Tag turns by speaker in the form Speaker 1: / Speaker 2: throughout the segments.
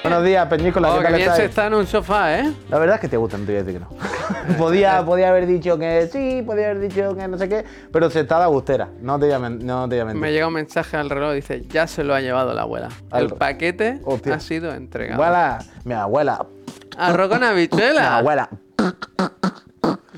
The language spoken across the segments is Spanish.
Speaker 1: Buenos días, Peñícola. ¿qué
Speaker 2: Oh, que
Speaker 1: tal
Speaker 2: bien
Speaker 1: estás?
Speaker 2: se está en un sofá, ¿eh?
Speaker 1: La verdad es que te gustan, te voy a decir que no. podía, podía haber dicho que sí, podía haber dicho que no sé qué, pero se está de agustera. No te voy a, men- no te voy a mentir.
Speaker 2: Me llega un mensaje al reloj, dice, ya se lo ha llevado la abuela. El
Speaker 1: Algo.
Speaker 2: paquete
Speaker 1: Hostia.
Speaker 2: ha sido entregado.
Speaker 1: Abuela, mi abuela,
Speaker 2: Arroz con
Speaker 1: mi
Speaker 2: habichuela.
Speaker 1: abuela.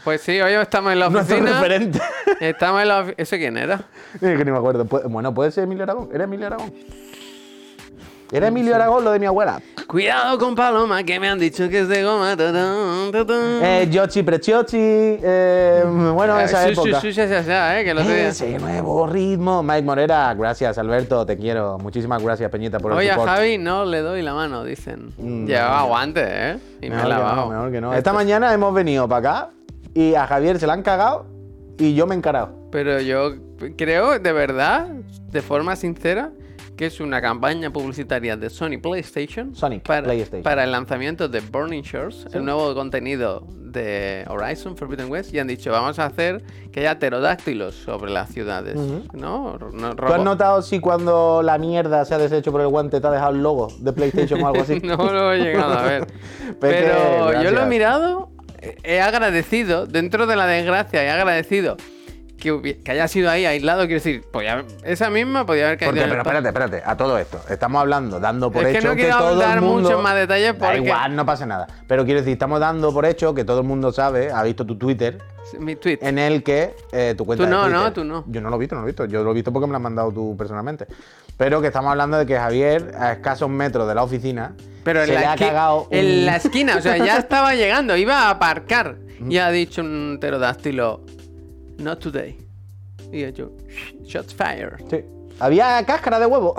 Speaker 2: Pues sí, hoy estamos en la
Speaker 1: Nuestro
Speaker 2: oficina.
Speaker 1: referente.
Speaker 2: estamos en la ofi- ¿Ese quién era?
Speaker 1: Es que ni me acuerdo. Pu- Bueno, puede ser Emilio Aragón. ¿Era Emilio Aragón?
Speaker 2: Mm,
Speaker 1: ¿Era Emilio Aragón lo de mi abuela?
Speaker 2: Cuidado con Paloma, que me han dicho que es de goma. Tadam, tadam.
Speaker 1: Eh, Yochi Preciochi. eh, bueno,
Speaker 2: Ah,
Speaker 1: esa
Speaker 2: su, su,
Speaker 1: época.
Speaker 2: su, ya, ya, ya, eh, que el otro día-
Speaker 1: Ese nuevo ritmo. Mike Morera, gracias Alberto, te quiero. Muchísimas gracias Peñita por el
Speaker 2: Hoy a
Speaker 1: support.
Speaker 2: Javi no le doy la mano, dicen.
Speaker 1: Mm.
Speaker 2: Llevaba guantes, ¿eh? Y me he
Speaker 1: Mejor que
Speaker 2: lavado.
Speaker 1: no, mejor que no.
Speaker 2: Este-
Speaker 1: Esta mañana hemos venido para acá y a Javier se la han cagado y yo me he encarado.
Speaker 2: Pero yo creo, de verdad, de forma sincera, que es una campaña publicitaria de Sony PlayStation,
Speaker 1: Sonic
Speaker 2: para,
Speaker 1: PlayStation.
Speaker 2: para el lanzamiento de Burning Shores, el nuevo contenido de Horizon Forbidden West, y han dicho, vamos a hacer que haya pterodáctilos sobre las ciudades, ¿no? No,
Speaker 1: ¿Tú has
Speaker 2: robo-
Speaker 1: notado si cuando la mierda se ha deshecho por el guante te ha dejado el logo de PlayStation o algo así?
Speaker 2: no lo he llegado a ver.
Speaker 1: Peque,
Speaker 2: Pero yo lo he
Speaker 1: gracias.
Speaker 2: mirado, eh, he agradecido, dentro de la desgracia, he agradecido que, hubi- que haya sido ahí aislado. Quiero decir, podía- esa misma podía haber caído.
Speaker 1: Porque,
Speaker 2: en el
Speaker 1: pero
Speaker 2: pa-
Speaker 1: espérate, espérate, a todo esto. Estamos hablando, dando por
Speaker 2: Es que
Speaker 1: hecho
Speaker 2: no quiero
Speaker 1: todo el
Speaker 2: dar
Speaker 1: mundo-
Speaker 2: muchos más
Speaker 1: Da
Speaker 2: detalles porque-
Speaker 1: igual, no pasa nada. Pero quiero decir, estamos dando por hecho que todo el mundo sabe, ha visto tu Twitter,
Speaker 2: Mi tweet.
Speaker 1: en el que eh, tu cuenta
Speaker 2: Tú
Speaker 1: de
Speaker 2: no,
Speaker 1: Twitter-
Speaker 2: no, tú no.
Speaker 1: Yo no lo he visto, no lo he visto. Yo lo he visto porque me lo has mandado tú personalmente. Pero que estamos hablando de que Javier, a escasos metros de la oficina,
Speaker 2: Pero en,
Speaker 1: se
Speaker 2: la
Speaker 1: le ha
Speaker 2: esqui-
Speaker 1: cagado
Speaker 2: en
Speaker 1: un-
Speaker 2: la esquina, o sea, ya estaba llegando, iba a aparcar. Y ha dicho un pterodáctilo, not today. Y he hecho, shots fired.
Speaker 1: Sí. Había cáscara de huevo.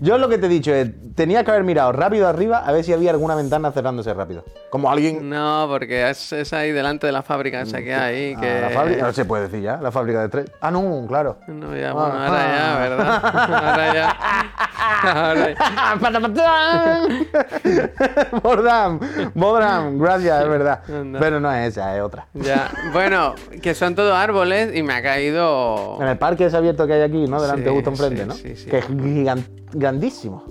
Speaker 1: Yo lo que te he dicho es, tenía que haber mirado rápido arriba a ver si había alguna ventana cerrándose rápido. Como alguien...
Speaker 2: No, porque es, es ahí delante de la fábrica esa que hay.
Speaker 1: Ah,
Speaker 2: Que...
Speaker 1: la fábrica, no se puede decir ya, la fábrica de tres. Ah, no, claro.
Speaker 2: No, ya, bueno,
Speaker 1: Ah.
Speaker 2: ahora ya, ¿verdad? Ahora ya. Ahora ya.
Speaker 1: Modram, Modram, gracias, es verdad.
Speaker 2: Anda.
Speaker 1: Pero no es esa, es otra.
Speaker 2: Ya. Bueno, que son todos árboles y me ha caído.
Speaker 1: En el parque ese abierto que hay aquí, ¿no? Delante,
Speaker 2: Sí,
Speaker 1: justo enfrente,
Speaker 2: sí,
Speaker 1: ¿no?
Speaker 2: sí, sí.
Speaker 1: Que es gigan- grandísimo.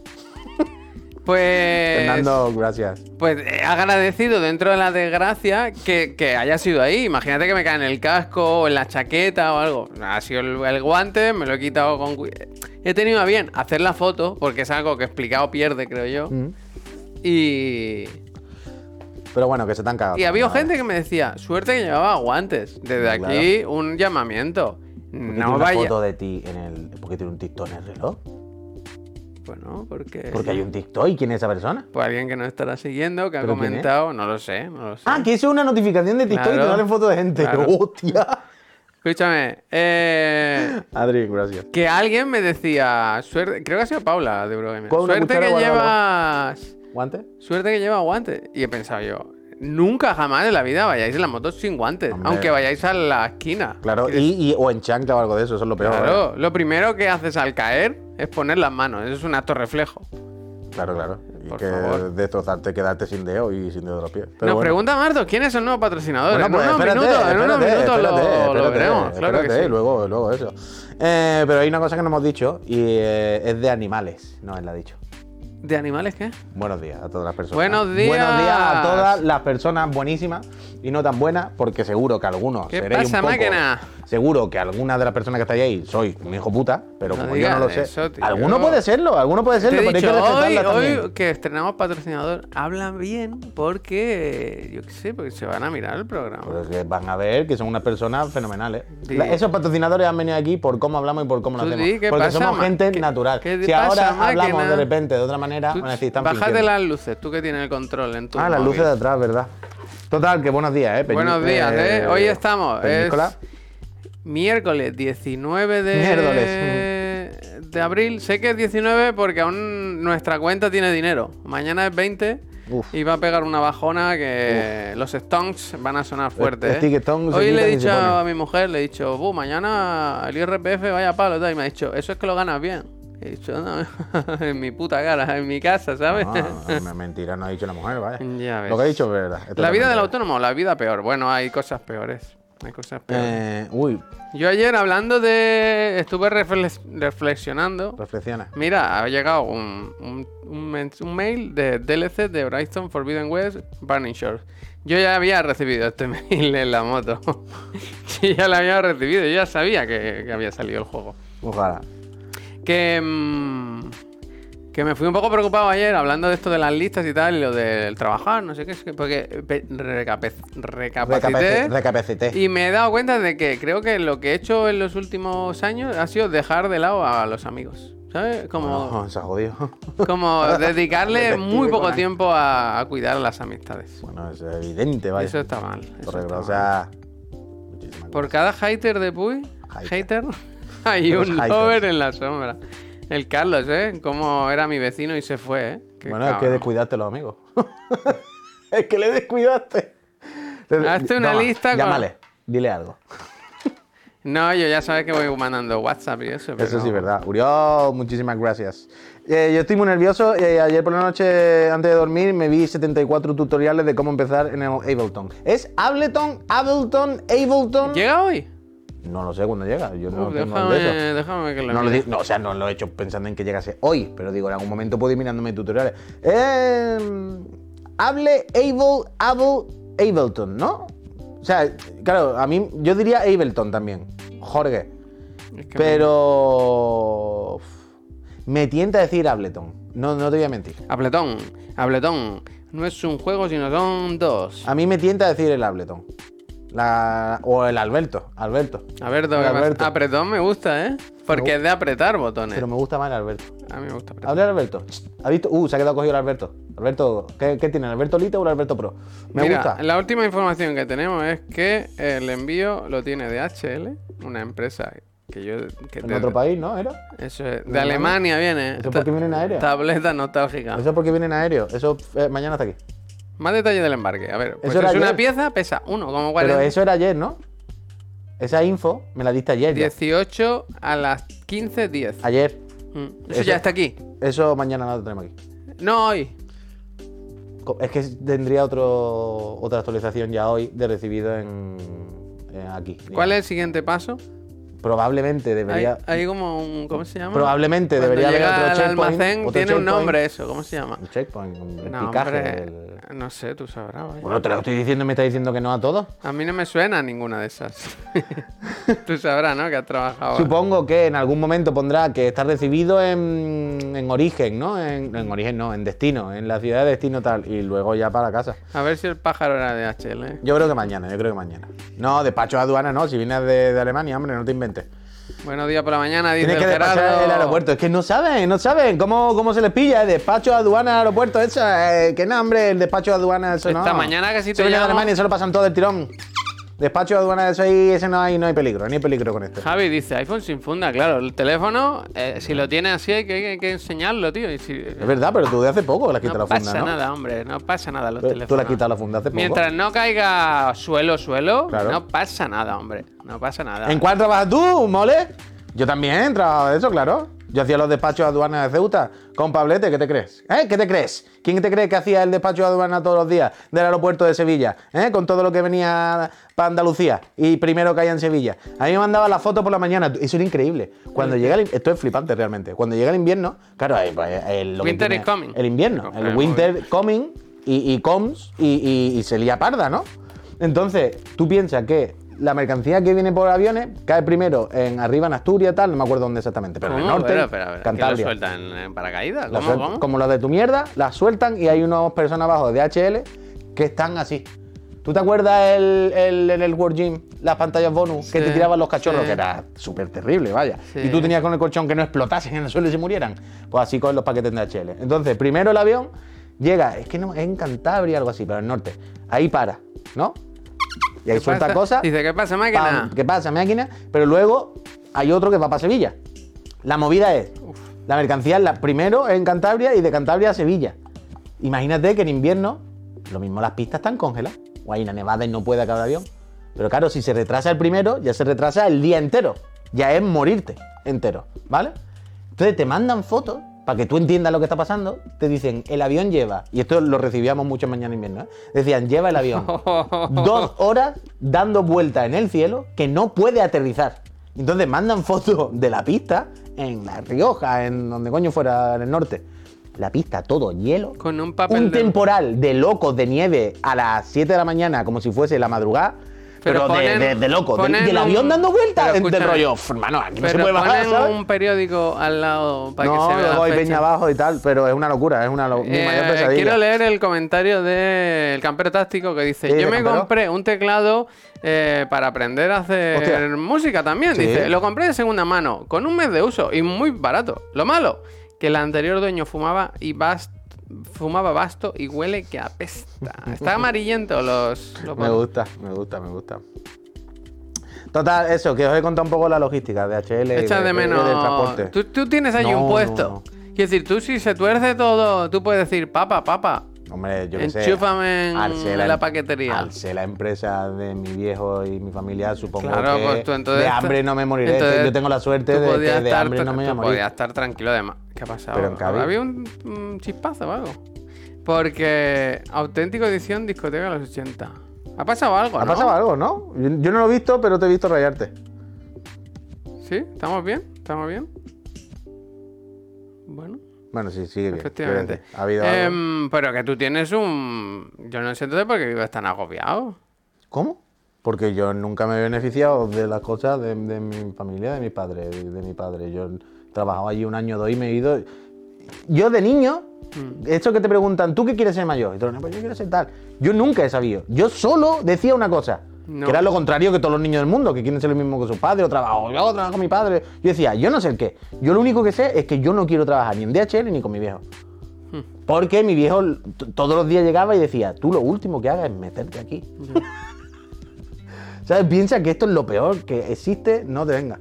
Speaker 2: Pues.
Speaker 1: Fernando, gracias.
Speaker 2: Pues eh, agradecido dentro de la desgracia que, que haya sido ahí. Imagínate que me cae en el casco o en la chaqueta o algo. Ha sido el, el guante, me lo he quitado con cuidado. He tenido a bien hacer la foto, porque es algo que explicado pierde, creo yo.
Speaker 1: Mm.
Speaker 2: Y,
Speaker 1: Pero bueno, que se te han cagado.
Speaker 2: y había
Speaker 1: Ah, Vale.
Speaker 2: gente que me decía, suerte que llevaba guantes. Desde
Speaker 1: Claro.
Speaker 2: aquí un llamamiento.
Speaker 1: ¿Por qué
Speaker 2: No
Speaker 1: tiene
Speaker 2: vaya.
Speaker 1: una foto de ti en el. ¿Por qué tiene un TikTok en el reloj?
Speaker 2: Bueno, porque...
Speaker 1: Porque hay un TikTok y quién es esa persona.
Speaker 2: Pues alguien que nos estará siguiendo, que ha
Speaker 1: ¿Pero quién es?
Speaker 2: comentado, no lo sé, no lo sé.
Speaker 1: Ah, que eso es una notificación de TikTok y te
Speaker 2: Claro.
Speaker 1: salen fotos de gente.
Speaker 2: Claro.
Speaker 1: ¡Hostia!
Speaker 2: Escúchame, eh...
Speaker 1: Adri, gracias.
Speaker 2: Que alguien me decía, suerte, creo que ha sido Paula de Eurogamer.
Speaker 1: Con una
Speaker 2: Suerte
Speaker 1: cuchara
Speaker 2: que
Speaker 1: guardada.
Speaker 2: llevas.
Speaker 1: ¿Guante?
Speaker 2: Suerte que lleva guantes. Y he pensado yo, nunca jamás en la vida vayáis en la moto sin guantes,
Speaker 1: Hombre.
Speaker 2: aunque vayáis a la esquina.
Speaker 1: Claro, y, y- o en chancla o algo de eso, eso es lo peor. ¿eh?
Speaker 2: Claro, lo primero que haces al caer es poner las manos, eso es un acto reflejo.
Speaker 1: Claro, claro. Y
Speaker 2: Por
Speaker 1: que
Speaker 2: favor.
Speaker 1: destrozarte, quedarte sin dedo y sin dedo de los pies. Pero
Speaker 2: Nos
Speaker 1: bueno.
Speaker 2: pregunta Martos, ¿quién es el nuevo patrocinador?
Speaker 1: Bueno, pues
Speaker 2: en unos
Speaker 1: espérate,
Speaker 2: minutos, en unos
Speaker 1: espérate,
Speaker 2: minutos lo-
Speaker 1: espérate,
Speaker 2: lo,
Speaker 1: espérate,
Speaker 2: veremos, claro que
Speaker 1: espérate,
Speaker 2: sí.
Speaker 1: Luego, luego eso. Eh, pero hay una cosa que no hemos dicho y eh, es de animales, no él la ha dicho.
Speaker 2: ¿De animales qué?
Speaker 1: Buenos días a todas las personas.
Speaker 2: Buenos días.
Speaker 1: Buenos días a todas las personas buenísimas y no tan buenas, porque seguro que algunos
Speaker 2: ¿Qué
Speaker 1: seréis
Speaker 2: pasa,
Speaker 1: un poco.
Speaker 2: máquina?
Speaker 1: Seguro que alguna de las personas que estáis ahí soy un hijo puta, pero
Speaker 2: No
Speaker 1: como yo
Speaker 2: digas
Speaker 1: no lo sé.
Speaker 2: eso, tío.
Speaker 1: alguno puede serlo, alguno puede
Speaker 2: Te
Speaker 1: serlo,
Speaker 2: he
Speaker 1: pero
Speaker 2: dicho,
Speaker 1: hay que
Speaker 2: hoy,
Speaker 1: respetarla también.
Speaker 2: hoy que estrenamos patrocinador, hablan bien porque, yo qué sé, porque se van a mirar el programa.
Speaker 1: Pero Pues es que van a ver que son unas personas fenomenales.
Speaker 2: Sí.
Speaker 1: La- Esos patrocinadores han venido aquí por cómo hablamos y por cómo lo
Speaker 2: Tú
Speaker 1: hacemos.
Speaker 2: di, ¿qué
Speaker 1: Porque
Speaker 2: pasa,
Speaker 1: somos
Speaker 2: ma-
Speaker 1: gente
Speaker 2: qué-
Speaker 1: natural.
Speaker 2: qué
Speaker 1: si ahora
Speaker 2: pasa, ma, que
Speaker 1: hablamos
Speaker 2: na-
Speaker 1: de repente de otra manera,
Speaker 2: Tú
Speaker 1: van a decir, están
Speaker 2: Bájate
Speaker 1: fingiendo".
Speaker 2: las luces, tú que tienes el control en tu
Speaker 1: Ah, las
Speaker 2: móvil.
Speaker 1: luces de atrás, ¿verdad? Total, que buenos días, ¿eh? Peñi-
Speaker 2: Buenos días, ¿eh? Hoy estamos, es-
Speaker 1: Peñícola.
Speaker 2: Miércoles 19 de...
Speaker 1: Miércoles.
Speaker 2: de abril. Sé que es 19 porque aún nuestra cuenta tiene dinero. Mañana es 20
Speaker 1: Uf.
Speaker 2: y va a pegar una bajona que los stonks van a sonar fuerte.
Speaker 1: el
Speaker 2: ¿eh?
Speaker 1: Sticky Stonk se
Speaker 2: Hoy le
Speaker 1: quita
Speaker 2: he
Speaker 1: y se
Speaker 2: dicho
Speaker 1: pone.
Speaker 2: a mi mujer, le he dicho, "Bu, mañana el IRPF vaya palo. tal, Y me ha dicho, eso es que lo ganas bien. He dicho, "No, en mi puta cara, en mi casa, ¿sabes?
Speaker 1: Ah, me- mentira, no ha dicho la mujer, vaya.
Speaker 2: Ya ves.
Speaker 1: Lo que ha dicho es verdad. Esto
Speaker 2: La
Speaker 1: es
Speaker 2: vida del
Speaker 1: mentira.
Speaker 2: autónomo, la vida peor. Bueno, hay cosas peores. Hay cosas peores.
Speaker 1: Eh, uy,
Speaker 2: Yo ayer hablando de. Estuve reflex- reflexionando.
Speaker 1: reflexiona.
Speaker 2: Mira, ha llegado un, un- un men- un mail de DLC de Horizon Forbidden West Burning Shores. Yo ya había recibido este mail en la moto. Yo ya lo había recibido, yo ya sabía que, que había salido el juego.
Speaker 1: Ojalá.
Speaker 2: Que, mm, que me fui un poco preocupado ayer hablando de esto de las listas y tal, y lo del trabajar, no sé qué, es que- porque pe- recape- recapacité.
Speaker 1: Recapaci- Recapacité.
Speaker 2: Y me he dado cuenta de que creo que lo que he hecho en los últimos años ha sido dejar de lado a los amigos. ¿Sabes? Como,
Speaker 1: No, se ha jodido.
Speaker 2: como dedicarle
Speaker 1: Detective
Speaker 2: muy poco
Speaker 1: Conan.
Speaker 2: tiempo a, a cuidar las amistades.
Speaker 1: Bueno, es evidente, vaya.
Speaker 2: Eso está mal. eso
Speaker 1: Correcto,
Speaker 2: está
Speaker 1: o
Speaker 2: mal. Pues
Speaker 1: sea. muchísimas
Speaker 2: Por
Speaker 1: gracias.
Speaker 2: cada hater de Puy,
Speaker 1: Hater.
Speaker 2: hater, hay
Speaker 1: Los
Speaker 2: un
Speaker 1: haters.
Speaker 2: lover en la sombra. El Carlos, ¿eh? Como era mi vecino y se fue, ¿eh? Qué
Speaker 1: Bueno, es que
Speaker 2: cabrón.
Speaker 1: descuidaste a los amigos. es que le descuidaste.
Speaker 2: Hazte una
Speaker 1: Toma,
Speaker 2: lista con-
Speaker 1: Llámale, dile algo.
Speaker 2: No, yo ya sabes que voy mandando WhatsApp y eso.
Speaker 1: Eso
Speaker 2: pero-
Speaker 1: sí es verdad. Uriol, muchísimas gracias. Eh, yo estoy muy nervioso. eh, ayer por la noche, antes de dormir, me vi 74 tutoriales de cómo empezar en el Ableton. ¿Es Ableton? ¿Ableton? ¿Ableton?
Speaker 2: ¿Llega hoy?
Speaker 1: No lo sé cuándo llega. Yo no
Speaker 2: Uf,
Speaker 1: tengo
Speaker 2: déjame,
Speaker 1: de eso.
Speaker 2: déjame que lo
Speaker 1: No, lo
Speaker 2: mire.
Speaker 1: di- no, o sea, no lo he hecho pensando en que llegase hoy, pero digo, en algún momento puedo ir mirándome tutoriales. Eh, hable Able, Able, Ableton, ¿no? O sea, claro, a mí yo diría Ableton también, Jorge.
Speaker 2: Es que
Speaker 1: Pero uf, me tienta decir Ableton. No, no te voy a mentir.
Speaker 2: Abletón, Abletón. No es un juego, sino son dos.
Speaker 1: A mí me tienta decir el Ableton. La- o el Alberto, Alberto.
Speaker 2: A ver, do-
Speaker 1: el Alberto.
Speaker 2: apretón me gusta, ¿eh? Porque es de apretar botones.
Speaker 1: Pero me gusta más el Alberto.
Speaker 2: A mí me gusta apretar.
Speaker 1: Habla el Alberto. ¿Ha visto? Uh, se ha quedado cogido el Alberto. Alberto, ¿qué, qué tiene? ¿El Alberto Lite o el Alberto Pro? Me
Speaker 2: Mira,
Speaker 1: gusta.
Speaker 2: La última información que tenemos es que el envío lo tiene DHL, una empresa que yo. Que
Speaker 1: En
Speaker 2: te-
Speaker 1: otro país, ¿no? ¿Era?
Speaker 2: Eso es. De
Speaker 1: Alemania.
Speaker 2: Alemania viene.
Speaker 1: Eso es porque vienen aéreos.
Speaker 2: Tableta nostálgica.
Speaker 1: Eso es porque vienen aéreo. Eso eh, mañana hasta aquí.
Speaker 2: Más detalle del embarque. A ver, pues
Speaker 1: Eso
Speaker 2: es
Speaker 1: era
Speaker 2: una
Speaker 1: ayer.
Speaker 2: pieza, pesa 1,40.
Speaker 1: Pero eso era ayer, ¿no? Esa info me la diste ayer. ya.
Speaker 2: 18 a las 15, 10.
Speaker 1: Ayer.
Speaker 2: Mm, Eso
Speaker 1: Eso-
Speaker 2: ya está aquí.
Speaker 1: Eso mañana no lo tenemos aquí.
Speaker 2: No hoy.
Speaker 1: Co- Es que tendría otro, otra actualización ya hoy de recibido en, en aquí. digamos.
Speaker 2: ¿Cuál es el siguiente paso?
Speaker 1: Probablemente
Speaker 2: Hay,
Speaker 1: debería.
Speaker 2: hay como un. ¿Cómo se llama?
Speaker 1: Probablemente
Speaker 2: ah, Cuando
Speaker 1: debería haber
Speaker 2: llega
Speaker 1: otro
Speaker 2: al
Speaker 1: checkpoint,
Speaker 2: almacén,
Speaker 1: otro
Speaker 2: tiene un
Speaker 1: checkpoint.
Speaker 2: nombre eso. ¿Cómo se llama?
Speaker 1: Un checkpoint, un
Speaker 2: No,
Speaker 1: picaje.
Speaker 2: hombre,
Speaker 1: del-
Speaker 2: No sé, tú sabrás. vaya.
Speaker 1: Bueno, te lo estoy diciendo y me estás diciendo que no a todos.
Speaker 2: A mí no me suena ninguna de esas. tú sabrás, ¿no? Que has trabajado.
Speaker 1: Supongo que en algún momento pondrá que está recibido en, en origen, ¿no? En, en origen no, en destino, en la ciudad de destino tal, y luego ya para casa.
Speaker 2: A ver si el pájaro era de HL. ¿eh?
Speaker 1: Yo creo que mañana, yo creo que mañana. No, despacho de aduana no, si vienes de, de Alemania, hombre, no te inventes.
Speaker 2: Buenos días por la mañana, dice
Speaker 1: Tienes que
Speaker 2: el
Speaker 1: despachar
Speaker 2: Gerardo.
Speaker 1: el aeropuerto, es que no saben, no saben cómo, cómo se les pilla, eh, despacho de aduana, aeropuerto, eso, eh, que no, hombre, el despacho de aduana, eso no.
Speaker 2: Esta mañana que si
Speaker 1: Eso
Speaker 2: te
Speaker 1: viene de
Speaker 2: llamo-
Speaker 1: Alemania, eso lo pasan todo el tirón. Despacho de aduana, eso ahí, ese no hay, no hay peligro, ni hay peligro con esto.
Speaker 2: Javi dice, iPhone sin funda, claro, el teléfono, eh, si lo tienes así hay que, hay que enseñarlo, tío. Y si,
Speaker 1: Es verdad, pero tú de hace poco le has quitado
Speaker 2: no
Speaker 1: la
Speaker 2: pasa
Speaker 1: funda, ¿no?
Speaker 2: nada, hombre, no pasa nada a los
Speaker 1: Pero
Speaker 2: teléfonos.
Speaker 1: Tú le has quitado la funda hace poco.
Speaker 2: Mientras no caiga suelo, suelo,
Speaker 1: Claro.
Speaker 2: no pasa nada, hombre. No pasa nada.
Speaker 1: ¿En cuál trabajas tú, mole? Yo también trabajaba de eso, claro. Yo hacía los despachos de aduana de Ceuta con Pablete, ¿qué te crees? ¿Eh? ¿Qué te crees? ¿Quién te cree que hacía el despacho de aduana todos los días del aeropuerto de Sevilla? ¿Eh? Con todo lo que venía para Andalucía y primero caía en Sevilla. A mí me mandaba la foto por la mañana, eso era increíble. Cuando llega el, esto es flipante realmente. Cuando llega el invierno, claro, eh, pues, eh, lo que
Speaker 2: Winter
Speaker 1: tiene-
Speaker 2: is coming.
Speaker 1: El invierno,
Speaker 2: Ok,
Speaker 1: el
Speaker 2: muy
Speaker 1: winter coming y, y comes y, y- y se lía parda, ¿no? Entonces, tú piensas que la mercancía que viene por aviones cae primero en arriba en Asturias, tal, no me acuerdo dónde exactamente, pero en el
Speaker 2: ¿Cómo?
Speaker 1: norte,
Speaker 2: Espera, espera, espera, ¿que
Speaker 1: Cantabria.
Speaker 2: lo sueltan en paracaídas?
Speaker 1: La
Speaker 2: ¿Cómo?
Speaker 1: suel-
Speaker 2: ¿Cómo?
Speaker 1: Como las de tu mierda, las sueltan y hay unas personas abajo de HL que están así. ¿Tú te acuerdas el, el, en el World Gym, las pantallas bonus que
Speaker 2: Sí,
Speaker 1: te tiraban los cachorros?
Speaker 2: sí.
Speaker 1: Que era súper terrible, vaya.
Speaker 2: Sí.
Speaker 1: Y tú tenías con el colchón que no explotasen en el suelo y se murieran. Pues así con los paquetes de HL. Entonces, primero el avión llega, es que no, es en Cantabria, algo así, pero el norte. Ahí para, ¿no? Y ahí
Speaker 2: ¿Qué
Speaker 1: suelta
Speaker 2: pasa?
Speaker 1: cosas.
Speaker 2: Dice, ¿qué pasa,
Speaker 1: Pam,
Speaker 2: máquina?
Speaker 1: ¿Qué pasa, máquina? Pero luego hay otro que va para Sevilla. La movida es, la mercancía la, primero en Cantabria y de Cantabria a Sevilla. Imagínate que en invierno, lo mismo las pistas están congeladas, o hay una nevada y no puede acabar el avión. Pero claro, si se retrasa el primero, ya se retrasa el día entero. Ya es morirte entero, ¿vale? Entonces te mandan fotos para que tú entiendas lo que está pasando, te dicen, el avión lleva, y esto lo recibíamos mucho mañana invierno, ¿eh? decían, lleva el avión dos horas dando vueltas en el cielo que no puede aterrizar. Entonces mandan fotos de la pista en La Rioja, en donde coño fuera, en el norte. La pista, todo hielo.
Speaker 2: Con un papel
Speaker 1: Un
Speaker 2: de-
Speaker 1: temporal de locos de nieve a las 7 de la mañana, como si fuese la madrugada.
Speaker 2: Pero
Speaker 1: Pero,
Speaker 2: ponen-
Speaker 1: de, de, de loco. del-
Speaker 2: ponen
Speaker 1: y el avión
Speaker 2: un-
Speaker 1: dando vueltas
Speaker 2: pero
Speaker 1: en- del
Speaker 2: escúchame.
Speaker 1: rollo. "Pff, Hermano, aquí no se
Speaker 2: Pero
Speaker 1: puede bajar,
Speaker 2: ponen
Speaker 1: ¿sabes?
Speaker 2: un periódico al lado para que se
Speaker 1: no,
Speaker 2: vea la
Speaker 1: luego hay
Speaker 2: fecha.
Speaker 1: peña abajo y tal, pero es una locura, es una lo- mi
Speaker 2: Eh,
Speaker 1: mayor pesadilla.
Speaker 2: quiero leer el comentario del campero táctico que dice:
Speaker 1: ¿Qué dice
Speaker 2: Yo me
Speaker 1: Campero?
Speaker 2: compré un teclado eh, para aprender a hacer
Speaker 1: Hostia.
Speaker 2: música también.
Speaker 1: Sí.
Speaker 2: Dice: Lo compré de segunda mano, con un mes de uso y muy barato. Lo malo, que el anterior dueño fumaba y bast- Fumaba basto y huele que apesta. Está amarillento los. los
Speaker 1: Me
Speaker 2: bonos.
Speaker 1: gusta, me gusta, me gusta. Total, eso, que os he contado un poco la logística de HL. y
Speaker 2: Echas de
Speaker 1: y del
Speaker 2: menos.
Speaker 1: transporte.
Speaker 2: Tú, tú tienes ahí
Speaker 1: No,
Speaker 2: un
Speaker 1: no,
Speaker 2: puesto.
Speaker 1: no.
Speaker 2: Quiero decir, tú si se tuerce todo, tú puedes decir, papa, papa.
Speaker 1: Hombre, yo qué sé.
Speaker 2: Enchúfame en
Speaker 1: al ser
Speaker 2: la paquetería.
Speaker 1: Al ser la empresa de mi viejo y mi familia, supongo
Speaker 2: Claro,
Speaker 1: que
Speaker 2: pues tú entonces.
Speaker 1: de hambre no me moriré.
Speaker 2: entonces
Speaker 1: yo tengo la suerte
Speaker 2: tú
Speaker 1: de que
Speaker 2: podías
Speaker 1: de
Speaker 2: estar
Speaker 1: hambre
Speaker 2: tra-
Speaker 1: no me voy a
Speaker 2: tú
Speaker 1: morir.
Speaker 2: podías estar tranquilo además. ¿Qué ha pasado?
Speaker 1: Pero en Cádiz.
Speaker 2: Había un, un chispazo o algo. Porque auténtico edición discoteca de los 80. ¿Ha pasado algo?
Speaker 1: ¿Ha
Speaker 2: no?
Speaker 1: pasado algo, no? Yo, yo no lo he visto, pero te he visto rayarte.
Speaker 2: ¿Sí? ¿Estamos bien? ¿Estamos bien? Bueno.
Speaker 1: Bueno, sí, sigue bien.
Speaker 2: Efectivamente.
Speaker 1: Ha habido algo.
Speaker 2: Em, pero que tú tienes un. Yo no sé entonces por qué vives tan agobiado.
Speaker 1: ¿Cómo? Porque yo nunca me he beneficiado de las cosas de, de mi familia, de mi padre, de, de mi padre. Yo he trabajado allí un año o dos y me he ido. Yo de niño, esto que te preguntan, ¿tú qué quieres ser mayor? Y tú, no, pues yo quiero ser tal. Yo nunca he sabido. Yo solo decía una cosa,
Speaker 2: No.
Speaker 1: que era lo contrario que todos los niños del mundo, que quieren ser lo mismo que sus padres, o trabajo, yo trabajo con mi padre. Yo decía, yo no sé el qué. Yo lo único que sé es que yo no quiero trabajar ni en DHL ni con mi viejo. Porque mi viejo t- todos los días llegaba y decía, tú lo último que hagas es meterte aquí. ¿Sabes? Piensa que esto es lo peor que existe, no te venga.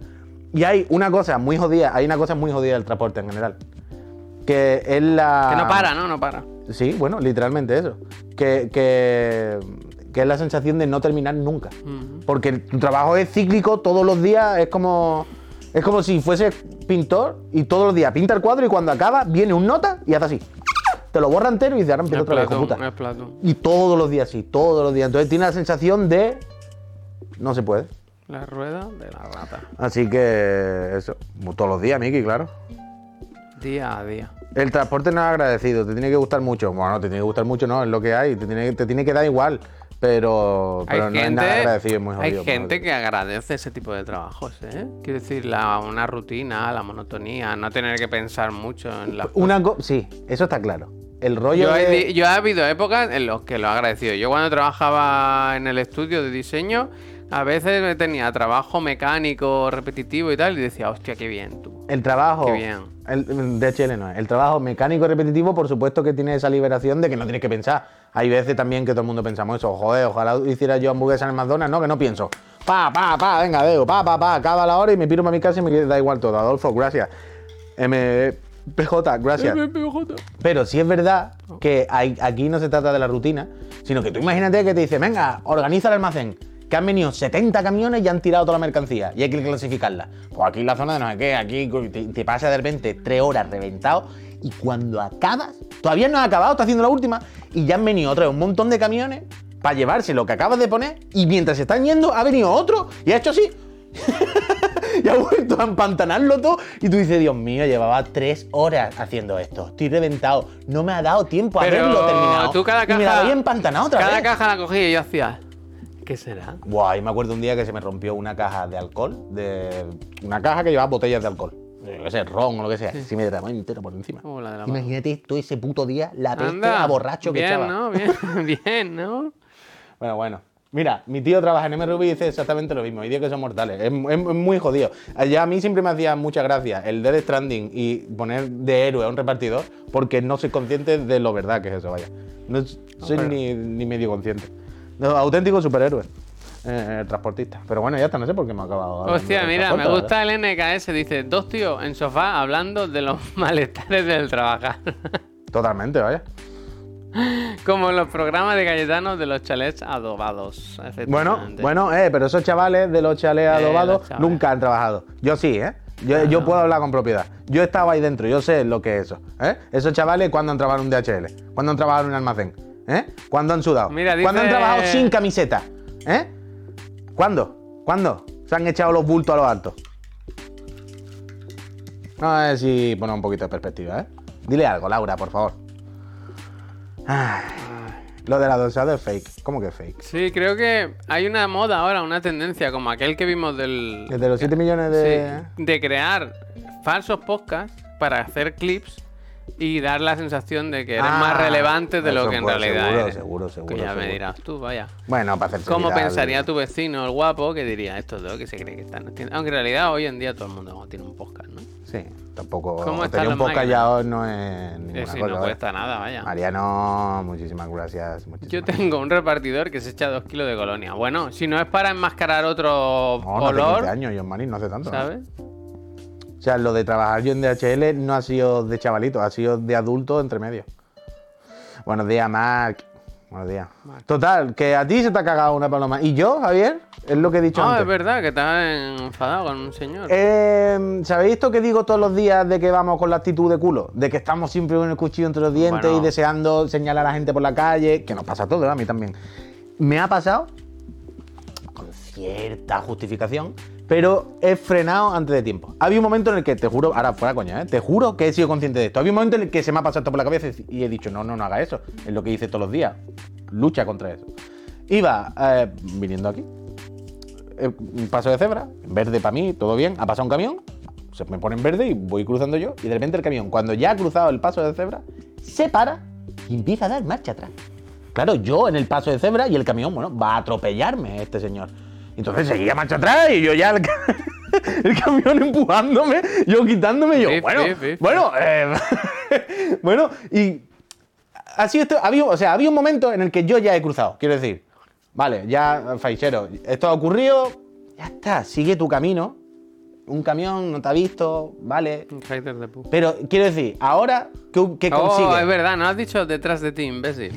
Speaker 1: Y hay una cosa muy jodida, hay una cosa muy jodida del transporte en general. Que es la.
Speaker 2: Que no para, ¿no? No para.
Speaker 1: Sí, bueno, literalmente eso. Que, que, que es la sensación de no terminar nunca.
Speaker 2: Ujú.
Speaker 1: Porque tu trabajo es cíclico, todos los días es como. Es como si fueses pintor y todos los días pinta el cuadro y cuando acaba viene un nota y hace así. Te lo borra entero y dice, ahora
Speaker 2: Es
Speaker 1: empieza otra vez,
Speaker 2: Platón,
Speaker 1: puta.
Speaker 2: es Platón.
Speaker 1: Y todos los días sí, todos los días. Entonces tiene la sensación de. No se puede.
Speaker 2: La rueda de la rata.
Speaker 1: Así que. Eso. Todos los días, Miki, claro.
Speaker 2: Día a día.
Speaker 1: El transporte no es agradecido, te tiene que gustar mucho. Bueno, te tiene que gustar mucho, no, es lo que hay, te tiene, te tiene que dar igual. Pero, pero no es nada agradecido, es muy
Speaker 2: hay
Speaker 1: jodido.
Speaker 2: gente que agradece ese tipo de trabajos, ¿eh? Quiero decir, la, una rutina, la monotonía, no tener que pensar mucho en las
Speaker 1: Una co- sí, eso está claro. El rollo
Speaker 2: Yo
Speaker 1: de-
Speaker 2: he, di- yo he habido épocas en las que lo he agradecido. Yo cuando trabajaba en el estudio de diseño, a veces tenía trabajo mecánico, repetitivo y tal, y decía, hostia, qué bien tú.
Speaker 1: El trabajo.
Speaker 2: Qué bien.
Speaker 1: El, de HL no es. El trabajo mecánico repetitivo, por supuesto que tiene esa liberación de que no tienes que pensar. Hay veces también que todo el mundo pensamos eso. Joder, ojalá hiciera yo hamburguesa en el McDonald's. No, que no pienso. Pa, pa, pa, venga, veo. Pa, pa, pa. Acaba la hora y me piro para mi casa y me da igual todo. Adolfo, gracias. MPJ, gracias. Pero sí es verdad que hay- aquí no se trata de la rutina, sino que tú imagínate que te dice, venga, organiza el almacén. Que han venido 70 camiones y han tirado toda la mercancía y hay que clasificarla. Pues aquí en la zona de no sé qué, aquí te, te pasa de repente tres horas reventado y cuando acabas, todavía no has acabado, estás haciendo la última y ya han venido otra vez un montón de camiones para llevarse lo que acabas de poner y mientras se están yendo ha venido otro y ha hecho así y ha vuelto a empantanarlo todo. Y tú dices, Dios mío, llevaba tres horas haciendo esto. Estoy reventado. No me ha dado tiempo a
Speaker 2: Pero
Speaker 1: haberlo terminado.
Speaker 2: tú cada
Speaker 1: Y me la
Speaker 2: caja-
Speaker 1: había empantanado otra
Speaker 2: Cada
Speaker 1: vez.
Speaker 2: caja la cogía y yo hacía, ¿qué será?
Speaker 1: Buah, y me acuerdo un día que se me rompió una caja de alcohol. De... Una caja que llevaba botellas de alcohol. Yo qué sé, ron o lo que sea. Si me derramó entero por encima.
Speaker 2: Como Oh, la de la mano.
Speaker 1: Imagínate todo ese puto día, la peste
Speaker 2: Anda,
Speaker 1: a este borracho que
Speaker 2: bien,
Speaker 1: echaba.
Speaker 2: ¿no? Bien, bien, ¿no?
Speaker 1: Bueno, bueno. Mira, mi tío trabaja en MRV y dice exactamente lo mismo. Y dice que son mortales. Es, es- es muy jodido. Allá a mí siempre me hacía muchas gracias el Dead Stranding y poner de héroe a un repartidor porque no soy consciente de lo verdad que es eso, vaya. No s- soy
Speaker 2: pero-
Speaker 1: ni, ni medio consciente. No, auténtico superhéroe. Eh, transportista. Pero bueno, ya está. No sé por qué me ha acabado. hablando
Speaker 2: Hostia,
Speaker 1: de
Speaker 2: mira, me
Speaker 1: transporte,
Speaker 2: gusta el NKS, dice, dos tíos en sofá hablando de los malestares del trabajar.
Speaker 1: ¿verdad? Totalmente, vaya.
Speaker 2: Como los programas de Cayetano de los chalets adobados.
Speaker 1: Bueno,
Speaker 2: efectivamente.
Speaker 1: bueno, eh, pero esos chavales de los chalés
Speaker 2: los
Speaker 1: adobados
Speaker 2: chavales. Ah,
Speaker 1: nunca han trabajado. Yo sí, ¿eh? Yo, yo puedo hablar con propiedad. Yo estaba ahí dentro, yo sé lo que es eso. ¿eh? Esos chavales, ¿cuándo han trabajado en un DHL? ¿Cuándo han trabajado en un almacén? ¿Eh? ¿Cuándo han sudado?
Speaker 2: Mira, dice-
Speaker 1: ¿Cuándo han trabajado sin camiseta? ¿Eh? ¿Cuándo? ¿Cuándo? Se han echado los bultos a los altos. A ver si pone un poquito de perspectiva, ¿eh? Dile algo, Laura, por favor. Ay, lo del adosado es fake. ¿Cómo que es fake?
Speaker 2: Sí, creo que hay una moda ahora, una tendencia, como aquel que vimos del.
Speaker 1: Desde los 7 millones de.
Speaker 2: Sí, de crear falsos podcasts para hacer clips y dar la sensación de que eres
Speaker 1: Ah,
Speaker 2: más relevante de lo
Speaker 1: eso
Speaker 2: que en
Speaker 1: puede-
Speaker 2: realidad
Speaker 1: seguro,
Speaker 2: eres.
Speaker 1: seguro,
Speaker 2: Que
Speaker 1: seguro,
Speaker 2: ya me
Speaker 1: seguro.
Speaker 2: dirás tú, vaya.
Speaker 1: Bueno, para hacerse
Speaker 2: ¿Cómo
Speaker 1: viral.
Speaker 2: pensaría tu vecino, el guapo, que diría estos dos que se cree que están haciendo? Aunque en realidad hoy en día todo el mundo tiene un podcast, ¿no?
Speaker 1: Sí, tampoco.
Speaker 2: ¿Cómo están
Speaker 1: tener un
Speaker 2: los
Speaker 1: podcast
Speaker 2: máquinas?
Speaker 1: ya hoy no es ninguna
Speaker 2: Eh, sí,
Speaker 1: cosa,
Speaker 2: no
Speaker 1: ¿vale?
Speaker 2: cuesta nada, vaya.
Speaker 1: Mariano, muchísimas gracias. Muchísimas
Speaker 2: Yo tengo un repartidor que se echa dos kilos de colonia. Bueno, si no es para enmascarar otro
Speaker 1: No, no hace 15
Speaker 2: olor,
Speaker 1: años, yo en Marín, no hace tanto. ¿no?
Speaker 2: ¿sabes?
Speaker 1: O sea, lo de trabajar yo en DHL no ha sido de chavalito, ha sido de adulto entre medio. Buenos días, Marc. Buenos días. Total, que a ti se te ha cagado una paloma. ¿Y yo, Javier? Es lo que he dicho
Speaker 2: Ah,
Speaker 1: antes.
Speaker 2: es verdad que estaba enfadado con un señor.
Speaker 1: Eh, ¿Sabéis esto que digo todos los días de que vamos con la actitud de culo? De que estamos siempre con el cuchillo entre los dientes
Speaker 2: Bueno.
Speaker 1: y deseando señalar a la gente por la calle, que nos pasa a todos, a mí también. Me ha pasado con cierta justificación, pero he frenado antes de tiempo. Había un momento en el que, te juro, ahora fuera coña, ¿eh? te juro que he sido consciente de esto. Había un momento en el que se me ha pasado esto por la cabeza y he dicho, no, no, no haga eso. Es lo que hice todos los días. Lucha contra eso. Iba eh, viniendo aquí, eh, un paso de cebra, en verde para mí, todo bien, ha pasado un camión, se me pone en verde y voy cruzando yo, y de repente el camión, cuando ya ha cruzado el paso de cebra, se para y empieza a dar marcha atrás. Claro, yo en el paso de cebra y el camión, bueno, va a atropellarme este señor. Entonces seguía marcha atrás y yo ya el, ca- el camión empujándome, yo quitándome, yo,
Speaker 2: Sí,
Speaker 1: bueno,
Speaker 2: sí, sí.
Speaker 1: bueno, eh, bueno, y así esto, este, había, o sea, había un momento en el que yo ya he cruzado, quiero decir, vale, ya, faichero, esto ha ocurrido, ya está, sigue tu camino, un camión no te ha visto, vale,
Speaker 2: Un hater de pu.
Speaker 1: pero quiero decir, ahora, ¿qué, qué consigues?
Speaker 2: Oh, es verdad, no has dicho detrás de ti, imbécil.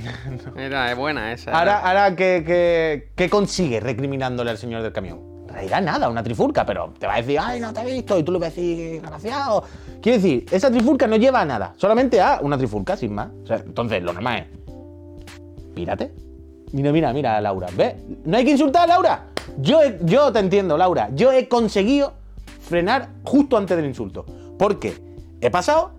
Speaker 2: Era buena esa.
Speaker 1: Ahora, ahora ¿qué, qué, qué consigues recriminándole al señor del camión? En realidad nada, una trifurca, pero te va a decir, ay, no te he visto, y tú le vas a decir, graciado. Quiero decir, esa trifurca no lleva a nada, solamente a una trifurca, sin más. O sea, entonces, lo normal es, pírate. Mira, mira, mira, a Laura, ¿ves? No hay que insultar a Laura. Yo, he- yo te entiendo, Laura. Yo he conseguido frenar justo antes del insulto. Porque he pasado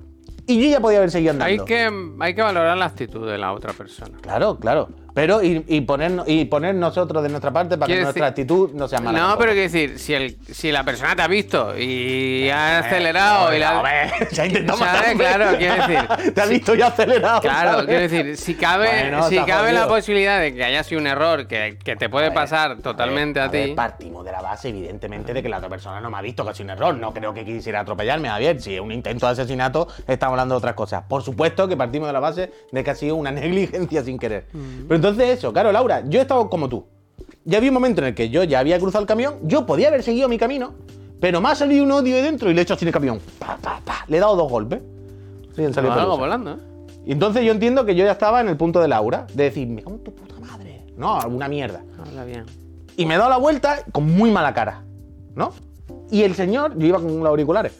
Speaker 1: y yo ya podía haber seguido andando.
Speaker 2: hay, que, hay que valorar la actitud de la otra persona.
Speaker 1: Claro, claro. Pero y, y poner, y poner nosotros de nuestra parte para que
Speaker 2: Quiero
Speaker 1: nuestra
Speaker 2: decir-
Speaker 1: actitud no sea mala.
Speaker 2: No,
Speaker 1: tampoco.
Speaker 2: pero quiero decir, si, el, si la persona te ha visto y ha
Speaker 1: Eh,
Speaker 2: acelerado
Speaker 1: Joder,
Speaker 2: y la.
Speaker 1: joder, se ha intentado
Speaker 2: ¿Sabe?
Speaker 1: matarme.
Speaker 2: Claro, quiero decir,
Speaker 1: Te ha visto ya acelerado.
Speaker 2: Claro,
Speaker 1: ¿sabes?
Speaker 2: quiero decir, si cabe,
Speaker 1: Bueno,
Speaker 2: si
Speaker 1: está
Speaker 2: cabe la
Speaker 1: jodido.
Speaker 2: posibilidad de que haya sido un error que, que te puede
Speaker 1: ver,
Speaker 2: pasar
Speaker 1: ver,
Speaker 2: totalmente a,
Speaker 1: ver,
Speaker 2: ti.
Speaker 1: Partimos de la base, evidentemente, de que la otra persona no me ha visto que ha sido un error. No creo que quisiera atropellarme, Javier. Si es un intento de asesinato, estamos hablando de otras cosas. Por supuesto que partimos de la base de que ha sido una negligencia sin querer.
Speaker 2: Mm.
Speaker 1: Pero entonces eso, claro, Laura, yo he estado como tú. Ya había un momento en el que yo ya había cruzado el camión, yo podía haber seguido mi camino, pero me ha salido un odio de dentro y le he hecho así en el camión. Pa, pa, pa. Le he dado dos golpes. Sí, han salido
Speaker 2: Como algo
Speaker 1: pelusas.
Speaker 2: volando, ¿eh?
Speaker 1: Y entonces yo entiendo que yo ya estaba en el punto de Laura, de decir, me cago en tu puta madre. No, alguna mierda.
Speaker 2: Habla bien.
Speaker 1: Y me he dado la vuelta con muy mala cara, ¿no? Y el señor, yo iba con los auriculares,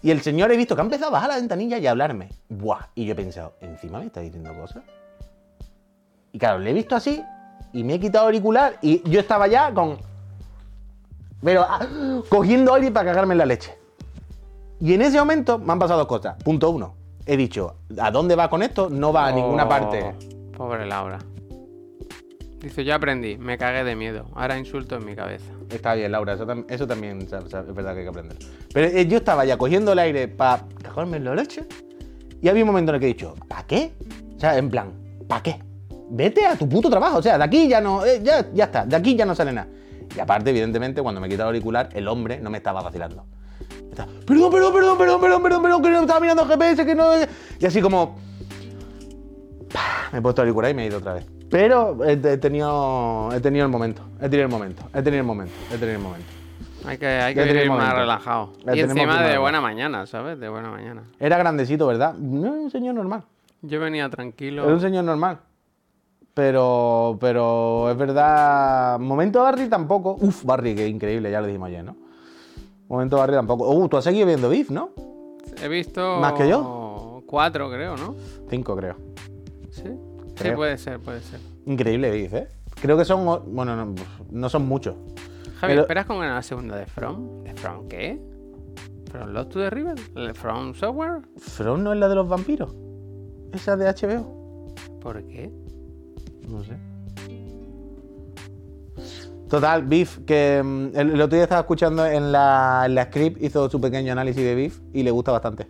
Speaker 1: y el señor he visto que ha empezado a bajar la ventanilla y a hablarme. Buah, y yo he pensado, encima me está diciendo cosas. Y claro, le he visto así, y me he quitado el auricular, y yo estaba ya con... Pero ah, cogiendo aire para cagarme en la leche. Y en ese momento me han pasado dos cosas. Punto uno, he dicho, ¿a dónde va con esto? No va a ninguna
Speaker 2: Oh,
Speaker 1: parte.
Speaker 2: Pobre Laura. Dice, yo aprendí, me cagué de miedo. Ahora insulto en mi cabeza.
Speaker 1: Está bien, Laura, eso, tam- eso también sa- sa- es verdad que hay que aprender. Pero eh, yo estaba ya cogiendo el aire para cagarme en la leche y había un momento en el que he dicho, ¿para qué? O sea, en plan, ¿para qué? Vete a tu puto trabajo, o sea, de aquí ya no, eh, ya, ya está, de aquí ya no sale nada. Y aparte, evidentemente, cuando me quitaba el auricular, el hombre no me estaba vacilando. Estaba, perdón, perdón, perdón, perdón, perdón, perdón, perdón, que no estaba mirando el GPS, que no... eh". Y así como... ¡pah! Me he puesto el auricular y me he ido otra vez. Pero he, he tenido, he tenido el momento, he tenido el momento, he tenido el momento, he tenido el momento.
Speaker 2: Hay que, hay
Speaker 1: Ya
Speaker 2: que vivir
Speaker 1: tenemos
Speaker 2: más
Speaker 1: momento.
Speaker 2: relajado.
Speaker 1: Ya
Speaker 2: y
Speaker 1: tenemos
Speaker 2: encima
Speaker 1: que
Speaker 2: de
Speaker 1: más
Speaker 2: buena mañana, ¿sabes? De buena mañana.
Speaker 1: Era grandecito, ¿verdad? No era un señor normal.
Speaker 2: Yo venía
Speaker 1: Era un
Speaker 2: tranquilo.
Speaker 1: señor normal. Pero, pero es verdad. Momento Barry tampoco. Uf, Barry, que increíble, ya lo dijimos ayer, ¿no? Momento barrio tampoco. Uh, tú has seguido viendo BIF, ¿no?
Speaker 2: He visto.
Speaker 1: ¿Más que
Speaker 2: Cuatro, creo, ¿no?
Speaker 1: Cinco, creo.
Speaker 2: Sí. Sí,
Speaker 1: Creo.
Speaker 2: puede ser, puede ser.
Speaker 1: Increíble BIF, ¿eh? Creo que son. o- Bueno, no, no son muchos.
Speaker 2: Javier,
Speaker 1: Pero-
Speaker 2: ¿esperas con ganas la segunda de From? ¿De From qué? ¿From Lost to the River? ¿De ¿From Software?
Speaker 1: ¿From no es la de los vampiros? Esa de HBO.
Speaker 2: ¿Por qué?
Speaker 1: No sé. Total, Biff, que mm, el, el otro día estaba escuchando en la, en la script, hizo su pequeño análisis de Biff y le gusta bastante.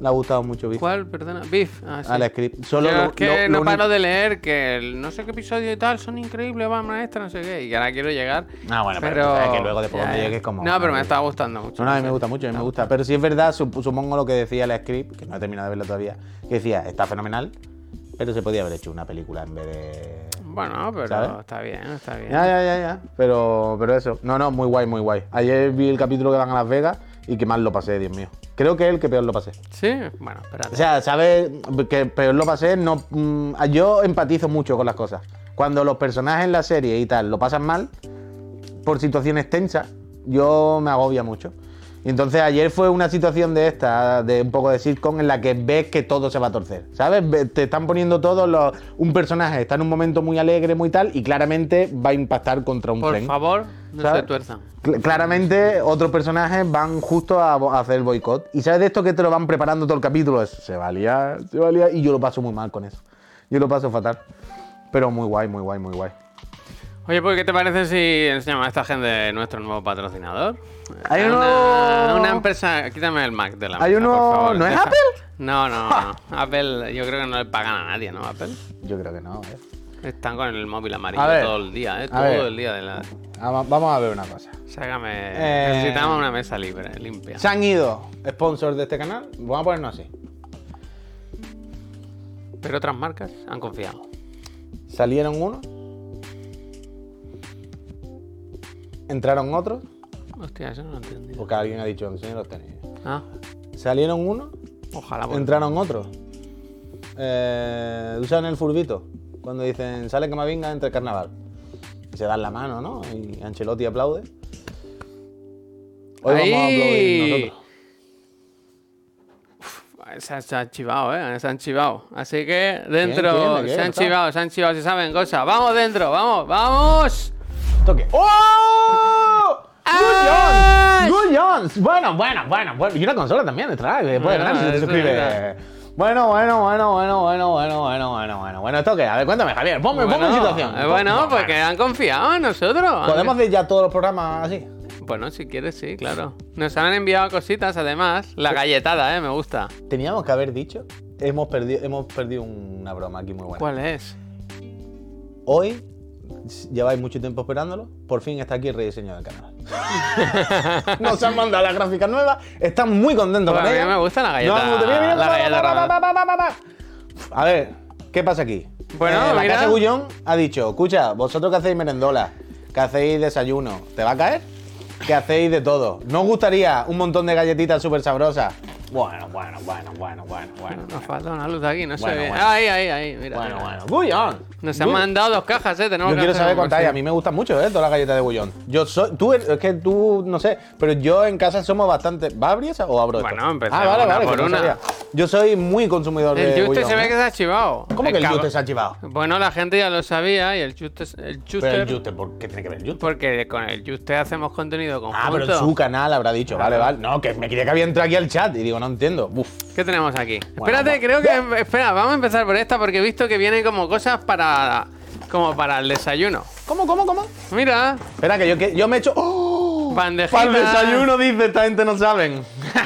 Speaker 1: Le ha gustado mucho Biff.
Speaker 2: ¿Cuál? Perdona. Beef. Ah, sí.
Speaker 1: A la script. Solo
Speaker 2: Yo
Speaker 1: lo-
Speaker 2: es que
Speaker 1: lo- lo
Speaker 2: no
Speaker 1: único-
Speaker 2: paro de leer que el no sé qué episodio y tal son increíbles, va maestra, no sé qué. Y ahora quiero llegar.
Speaker 1: Ah, bueno, pero tú sabes que luego después cuando llegues como-
Speaker 2: No, pero me está gustando mucho.
Speaker 1: No, no, a mí
Speaker 2: sé.
Speaker 1: me gusta mucho, a mí me gusta. Pero sí es verdad, sup- supongo lo que decía la script, que no he terminado de verlo todavía, que decía, está fenomenal, pero se podía haber hecho una película en vez de...
Speaker 2: Bueno, pero
Speaker 1: ¿Sabes?
Speaker 2: está bien, está bien.
Speaker 1: Ya, ya, ya, ya. Pero, pero eso. No, no, muy guay, muy guay. Ayer vi el capítulo que van a Las Vegas y que mal lo pasé, Dios mío. Creo que es el que peor lo pasé.
Speaker 2: Sí, bueno, espérate.
Speaker 1: O sea, ¿sabes? Que peor lo pasé, no. mm, yo empatizo mucho con las cosas. Cuando los personajes en la serie y tal lo pasan mal, por situaciones tensas, yo me agobia mucho. Y entonces ayer fue una situación de esta, de un poco de sitcom, en la que ves que todo se va a torcer. ¿Sabes? Ve- Te están poniendo todos los. Un personaje está en un momento muy alegre, muy tal, y claramente va a impactar contra un
Speaker 2: Por
Speaker 1: tren.
Speaker 2: favor, no
Speaker 1: ¿Sabes?
Speaker 2: se tuerzan.
Speaker 1: Cl- Claramente, otros personajes van justo a, bo- a hacer el boicot. Y sabes de esto que te lo van preparando todo el capítulo. Es, se va a liar, se va a liar. Y yo lo paso muy mal con eso. Yo lo paso fatal. Pero muy guay, muy guay, muy guay.
Speaker 2: Oye, pues, ¿qué te parece si enseñamos a esta gente nuestro nuevo patrocinador?
Speaker 1: Hay
Speaker 2: una,
Speaker 1: uno-
Speaker 2: una empresa. Quítame el Mac de la
Speaker 1: Hay
Speaker 2: mesa,
Speaker 1: uno-
Speaker 2: por favor.
Speaker 1: ¿no es
Speaker 2: Deja-
Speaker 1: Apple?
Speaker 2: No, no, no. Apple, yo creo que no le pagan a nadie, ¿no? Apple.
Speaker 1: Yo creo que no. ¿eh?
Speaker 2: Están con el móvil amarillo
Speaker 1: A ver.
Speaker 2: todo el día, ¿eh?
Speaker 1: A ver.
Speaker 2: Todo el día de la...
Speaker 1: Ama- Ah, Vamos a ver una cosa.
Speaker 2: Sácame...
Speaker 1: Eh.
Speaker 2: Necesitamos una mesa libre, limpia.
Speaker 1: Se han ido sponsors de este canal. Vamos a ponernos así.
Speaker 2: Pero otras marcas han confiado.
Speaker 1: Salieron unos. Entraron otros.
Speaker 2: Hostia, eso no lo he entendido.
Speaker 1: Porque alguien ha dicho, enseñen los tenis.
Speaker 2: Ah,
Speaker 1: Salieron unos.
Speaker 2: ojalá. por-
Speaker 1: Entraron otros. Eh, usan el furbito. Cuando dicen, sale que me venga entre el carnaval. Y se dan la mano, ¿no? Y Ancelotti aplaude. Hoy vamos a aplaudir
Speaker 2: Ahí.
Speaker 1: nosotros.
Speaker 2: Se, se han chivado, ¿eh? Se han chivado. Así que dentro...
Speaker 1: ¿Quién? ¿Quién? ¿De qué?
Speaker 2: se han
Speaker 1: ¿No está?
Speaker 2: chivado, se han chivado, si saben cosas. ¡Vamos dentro! ¡Vamos! ¡Vamos!
Speaker 1: Toque. ¡Oh!
Speaker 2: ¡Ah!
Speaker 1: ¡Good Jones! ¡Good Jones! Bueno, bueno, bueno, bueno. Y una consola también detrás. Después
Speaker 2: Bueno,
Speaker 1: ganar si te
Speaker 2: eso es
Speaker 1: suscribes.
Speaker 2: verdad.
Speaker 1: Bueno, bueno, bueno, bueno, bueno, bueno, bueno, bueno, bueno. Bueno, esto qué. A ver, cuéntame, Javier. Ponme, ponme en situación.
Speaker 2: eh, Bueno,
Speaker 1: Pon-
Speaker 2: porque han confiado en nosotros.
Speaker 1: ¿Podemos hacer ya todos los programas así?
Speaker 2: Bueno, si quieres, sí, claro. Nos han enviado cositas, además. La galletada, ¿eh? Me gusta.
Speaker 1: Teníamos que haber dicho. Hemos perdido, hemos perdido una broma aquí muy buena.
Speaker 2: ¿Cuál es?
Speaker 1: Hoy s- lleváis mucho tiempo esperándolo. Por fin está aquí el rediseño del canal. Nos han mandado las gráficas nuevas. Están muy contentos
Speaker 2: Pues
Speaker 1: con
Speaker 2: a mí
Speaker 1: ellas.
Speaker 2: me gusta la galleta-
Speaker 1: No, mira, mira,
Speaker 2: la
Speaker 1: pa, pa,
Speaker 2: galleta
Speaker 1: pa, pa,
Speaker 2: rara.
Speaker 1: pa, pa, pa, pa. A ver, ¿qué pasa aquí? Eh,
Speaker 2: Bueno,
Speaker 1: la
Speaker 2: mira.
Speaker 1: casa Gullón ha dicho, escucha, vosotros que hacéis merendola, que hacéis desayuno, ¿te va a caer? Que hacéis de todo. ¿No os gustaría un montón de galletitas súper sabrosas? Bueno, bueno, bueno, bueno, bueno, bueno.
Speaker 2: Nos falta una luz aquí, no sé
Speaker 1: Bueno,
Speaker 2: bien.
Speaker 1: bueno.
Speaker 2: Ahí, ahí, ahí, mira.
Speaker 1: Bueno,
Speaker 2: mira.
Speaker 1: bueno. Gullón.
Speaker 2: Nos han
Speaker 1: Gull-
Speaker 2: mandado dos cajas, eh. Tenemos
Speaker 1: Yo
Speaker 2: que
Speaker 1: quiero
Speaker 2: hacer
Speaker 1: saber
Speaker 2: un
Speaker 1: cuántas hay. A
Speaker 2: bolsillo.
Speaker 1: mí me gustan mucho, ¿eh? Todas las galletas de bullón. Yo soy. Tú, eres- es que tú, no sé. Pero yo en casa somos bastante. ¿Va a abrir esa o abro esta?
Speaker 2: Bueno, empecemos
Speaker 1: Ah, vale,
Speaker 2: una
Speaker 1: vale. que
Speaker 2: por
Speaker 1: no
Speaker 2: una.
Speaker 1: sabía. Yo soy muy consumidor de.
Speaker 2: El Juste
Speaker 1: bullón,
Speaker 2: se ve
Speaker 1: ¿eh?
Speaker 2: que se ha chivado.
Speaker 1: ¿Cómo que el
Speaker 2: cab-
Speaker 1: Juste se ha chivado?
Speaker 2: Bueno, la gente ya lo sabía y el Juste. El
Speaker 1: Pero
Speaker 2: Juste
Speaker 1: el Juste, ¿por qué tiene que ver el Juste?
Speaker 2: porque con el Juste hacemos contenido conjunto.
Speaker 1: Ah, pero en su canal habrá dicho, vale, vale. No, que me quería que había entrado aquí al chat y digo, no entiendo. Uf.
Speaker 2: ¿Qué tenemos aquí?
Speaker 1: Bueno,
Speaker 2: Espérate,
Speaker 1: va-
Speaker 2: creo que. Espera, vamos a empezar por esta porque he visto que vienen como cosas para. Como para el desayuno.
Speaker 1: ¿Cómo, cómo, cómo?
Speaker 2: Mira,
Speaker 1: Espera, que yo, que yo me echo. ¡Oh!
Speaker 2: Bandejita.
Speaker 1: Para el desayuno, dice, esta gente no saben.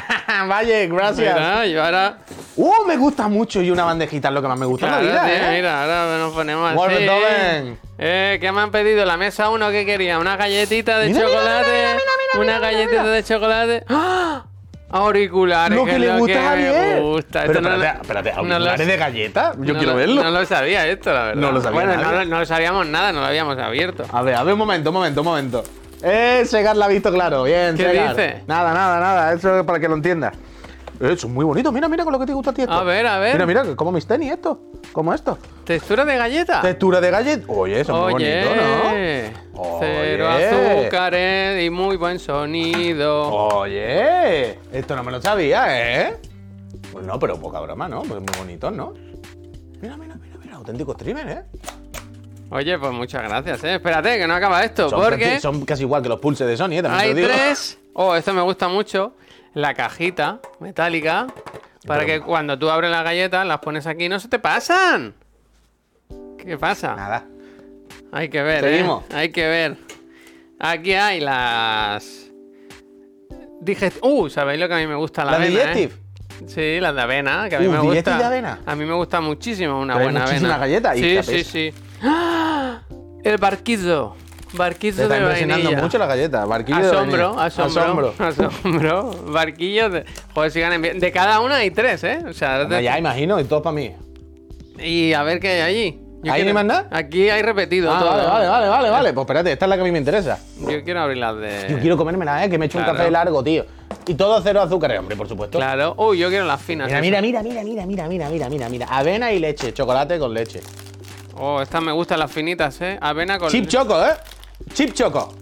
Speaker 1: Vale, gracias.
Speaker 2: mira, y ahora.
Speaker 1: ¡Uh! Me gusta mucho y una bandejita es lo que más me gusta en la
Speaker 2: Claro,
Speaker 1: vida,
Speaker 2: tío,
Speaker 1: ¿eh?
Speaker 2: Mira, ahora nos ponemos así.
Speaker 1: Vuelve, Beethoven.
Speaker 2: Eh, ¿qué me han pedido? La mesa uno que quería, una galletita de
Speaker 1: Mira, mira,
Speaker 2: chocolate.
Speaker 1: mira, mira, mira, mira,
Speaker 2: una
Speaker 1: mira,
Speaker 2: galletita
Speaker 1: mira.
Speaker 2: de chocolate. ¡Ah! Auriculares,
Speaker 1: Lo que le
Speaker 2: es
Speaker 1: gusta a
Speaker 2: me
Speaker 1: Javier.
Speaker 2: gusta.
Speaker 1: Pero
Speaker 2: Esto no
Speaker 1: espérate,
Speaker 2: lo-
Speaker 1: espérate,
Speaker 2: no lo-
Speaker 1: ¿auriculares de galleta? Yo
Speaker 2: no
Speaker 1: quiero
Speaker 2: lo-
Speaker 1: verlo.
Speaker 2: No lo sabía esto, la verdad.
Speaker 1: No lo sabía
Speaker 2: Bueno,
Speaker 1: nadie.
Speaker 2: no, lo- no lo sabíamos nada, no lo habíamos abierto.
Speaker 1: A ver, a ver, un momento, un momento, un momento. Eh, Segar la ha visto claro, bien,
Speaker 2: ¿Qué
Speaker 1: Segar.
Speaker 2: dice?
Speaker 1: Nada, nada, nada, eso es para que lo entiendas. Eh, Eso es muy bonito, mira, mira con lo que te gusta a ti esto.
Speaker 2: A ver, a ver.
Speaker 1: Mira, mira, como mis tenis esto, como esto.
Speaker 2: ¿Textura de galleta?
Speaker 1: Textura de galleta. Oye, eso es muy bonito, ¿no?
Speaker 2: Ah. Oye, Cero
Speaker 1: Oye. Oh.
Speaker 2: azúcares y muy buen sonido.
Speaker 1: Oye, esto no me lo sabía, ¿eh? Pues no, pero poca broma, ¿no? Pues muy bonito, ¿no? Mira, mira, mira, mira, auténtico streamer, ¿eh?
Speaker 2: Oye, pues muchas gracias, ¿eh? Espérate, que no acaba esto,
Speaker 1: Son,
Speaker 2: porque
Speaker 1: casi- son casi igual que los pulses de Sony, ¿eh? También
Speaker 2: hay
Speaker 1: te lo digo.
Speaker 2: tres... Oh, esto me gusta mucho. La cajita metálica para que cuando tú abres las galletas, las pones aquí, no se te pasan. ¿Qué pasa?
Speaker 1: Nada.
Speaker 2: Hay que ver,
Speaker 1: Seguimos.
Speaker 2: ¿eh? Hay que ver. Aquí hay las. Digest... Uh, ¿sabéis lo que a mí me gusta? La
Speaker 1: ¿Las
Speaker 2: avena, ¿eh?
Speaker 1: digestive?
Speaker 2: Sí, las de avena, que a mí
Speaker 1: Uh,
Speaker 2: me
Speaker 1: ¿digestive
Speaker 2: gusta.
Speaker 1: de avena?
Speaker 2: A mí me gusta muchísimo una
Speaker 1: Pero hay
Speaker 2: buena
Speaker 1: muchísimas
Speaker 2: avena.
Speaker 1: galletas y
Speaker 2: Sí,
Speaker 1: la
Speaker 2: sí,
Speaker 1: pesa.
Speaker 2: sí. ¡Ah! El barquizo.
Speaker 1: Te
Speaker 2: Barquizo
Speaker 1: está
Speaker 2: de
Speaker 1: impresionando
Speaker 2: vainilla.
Speaker 1: mucho la galleta. Barquillo de
Speaker 2: Asombro,
Speaker 1: vainilla.
Speaker 2: asombro, asombro, Barquillos de... Joder, si ganan bien. De cada una hay tres, ¿eh? O sea,
Speaker 1: Hombre,
Speaker 2: de-
Speaker 1: Ya imagino, y todo para mí.
Speaker 2: y a ver qué hay allí. Yo
Speaker 1: ¿Ahí
Speaker 2: quiero-
Speaker 1: ni más nada?
Speaker 2: Aquí hay repetido
Speaker 1: Ah,
Speaker 2: todo. ¿eh?
Speaker 1: vale, vale, vale, vale, vale. Pues espérate, esta es la que a mí me interesa.
Speaker 2: Yo quiero abrir las de.
Speaker 1: Yo quiero comérmela, ¿eh? Que me he hecho
Speaker 2: claro.
Speaker 1: un café largo, tío. Y todo cero azúcar, hombre, por supuesto.
Speaker 2: Claro. Uy, yo quiero las finas. eh.
Speaker 1: Mira,
Speaker 2: esas.
Speaker 1: mira, mira, mira, mira, mira, mira, mira, mira. Avena y leche, chocolate con leche.
Speaker 2: Oh, estas me gustan las finitas, ¿eh? Avena con.
Speaker 1: Chip choco, ¿eh? Chip choco.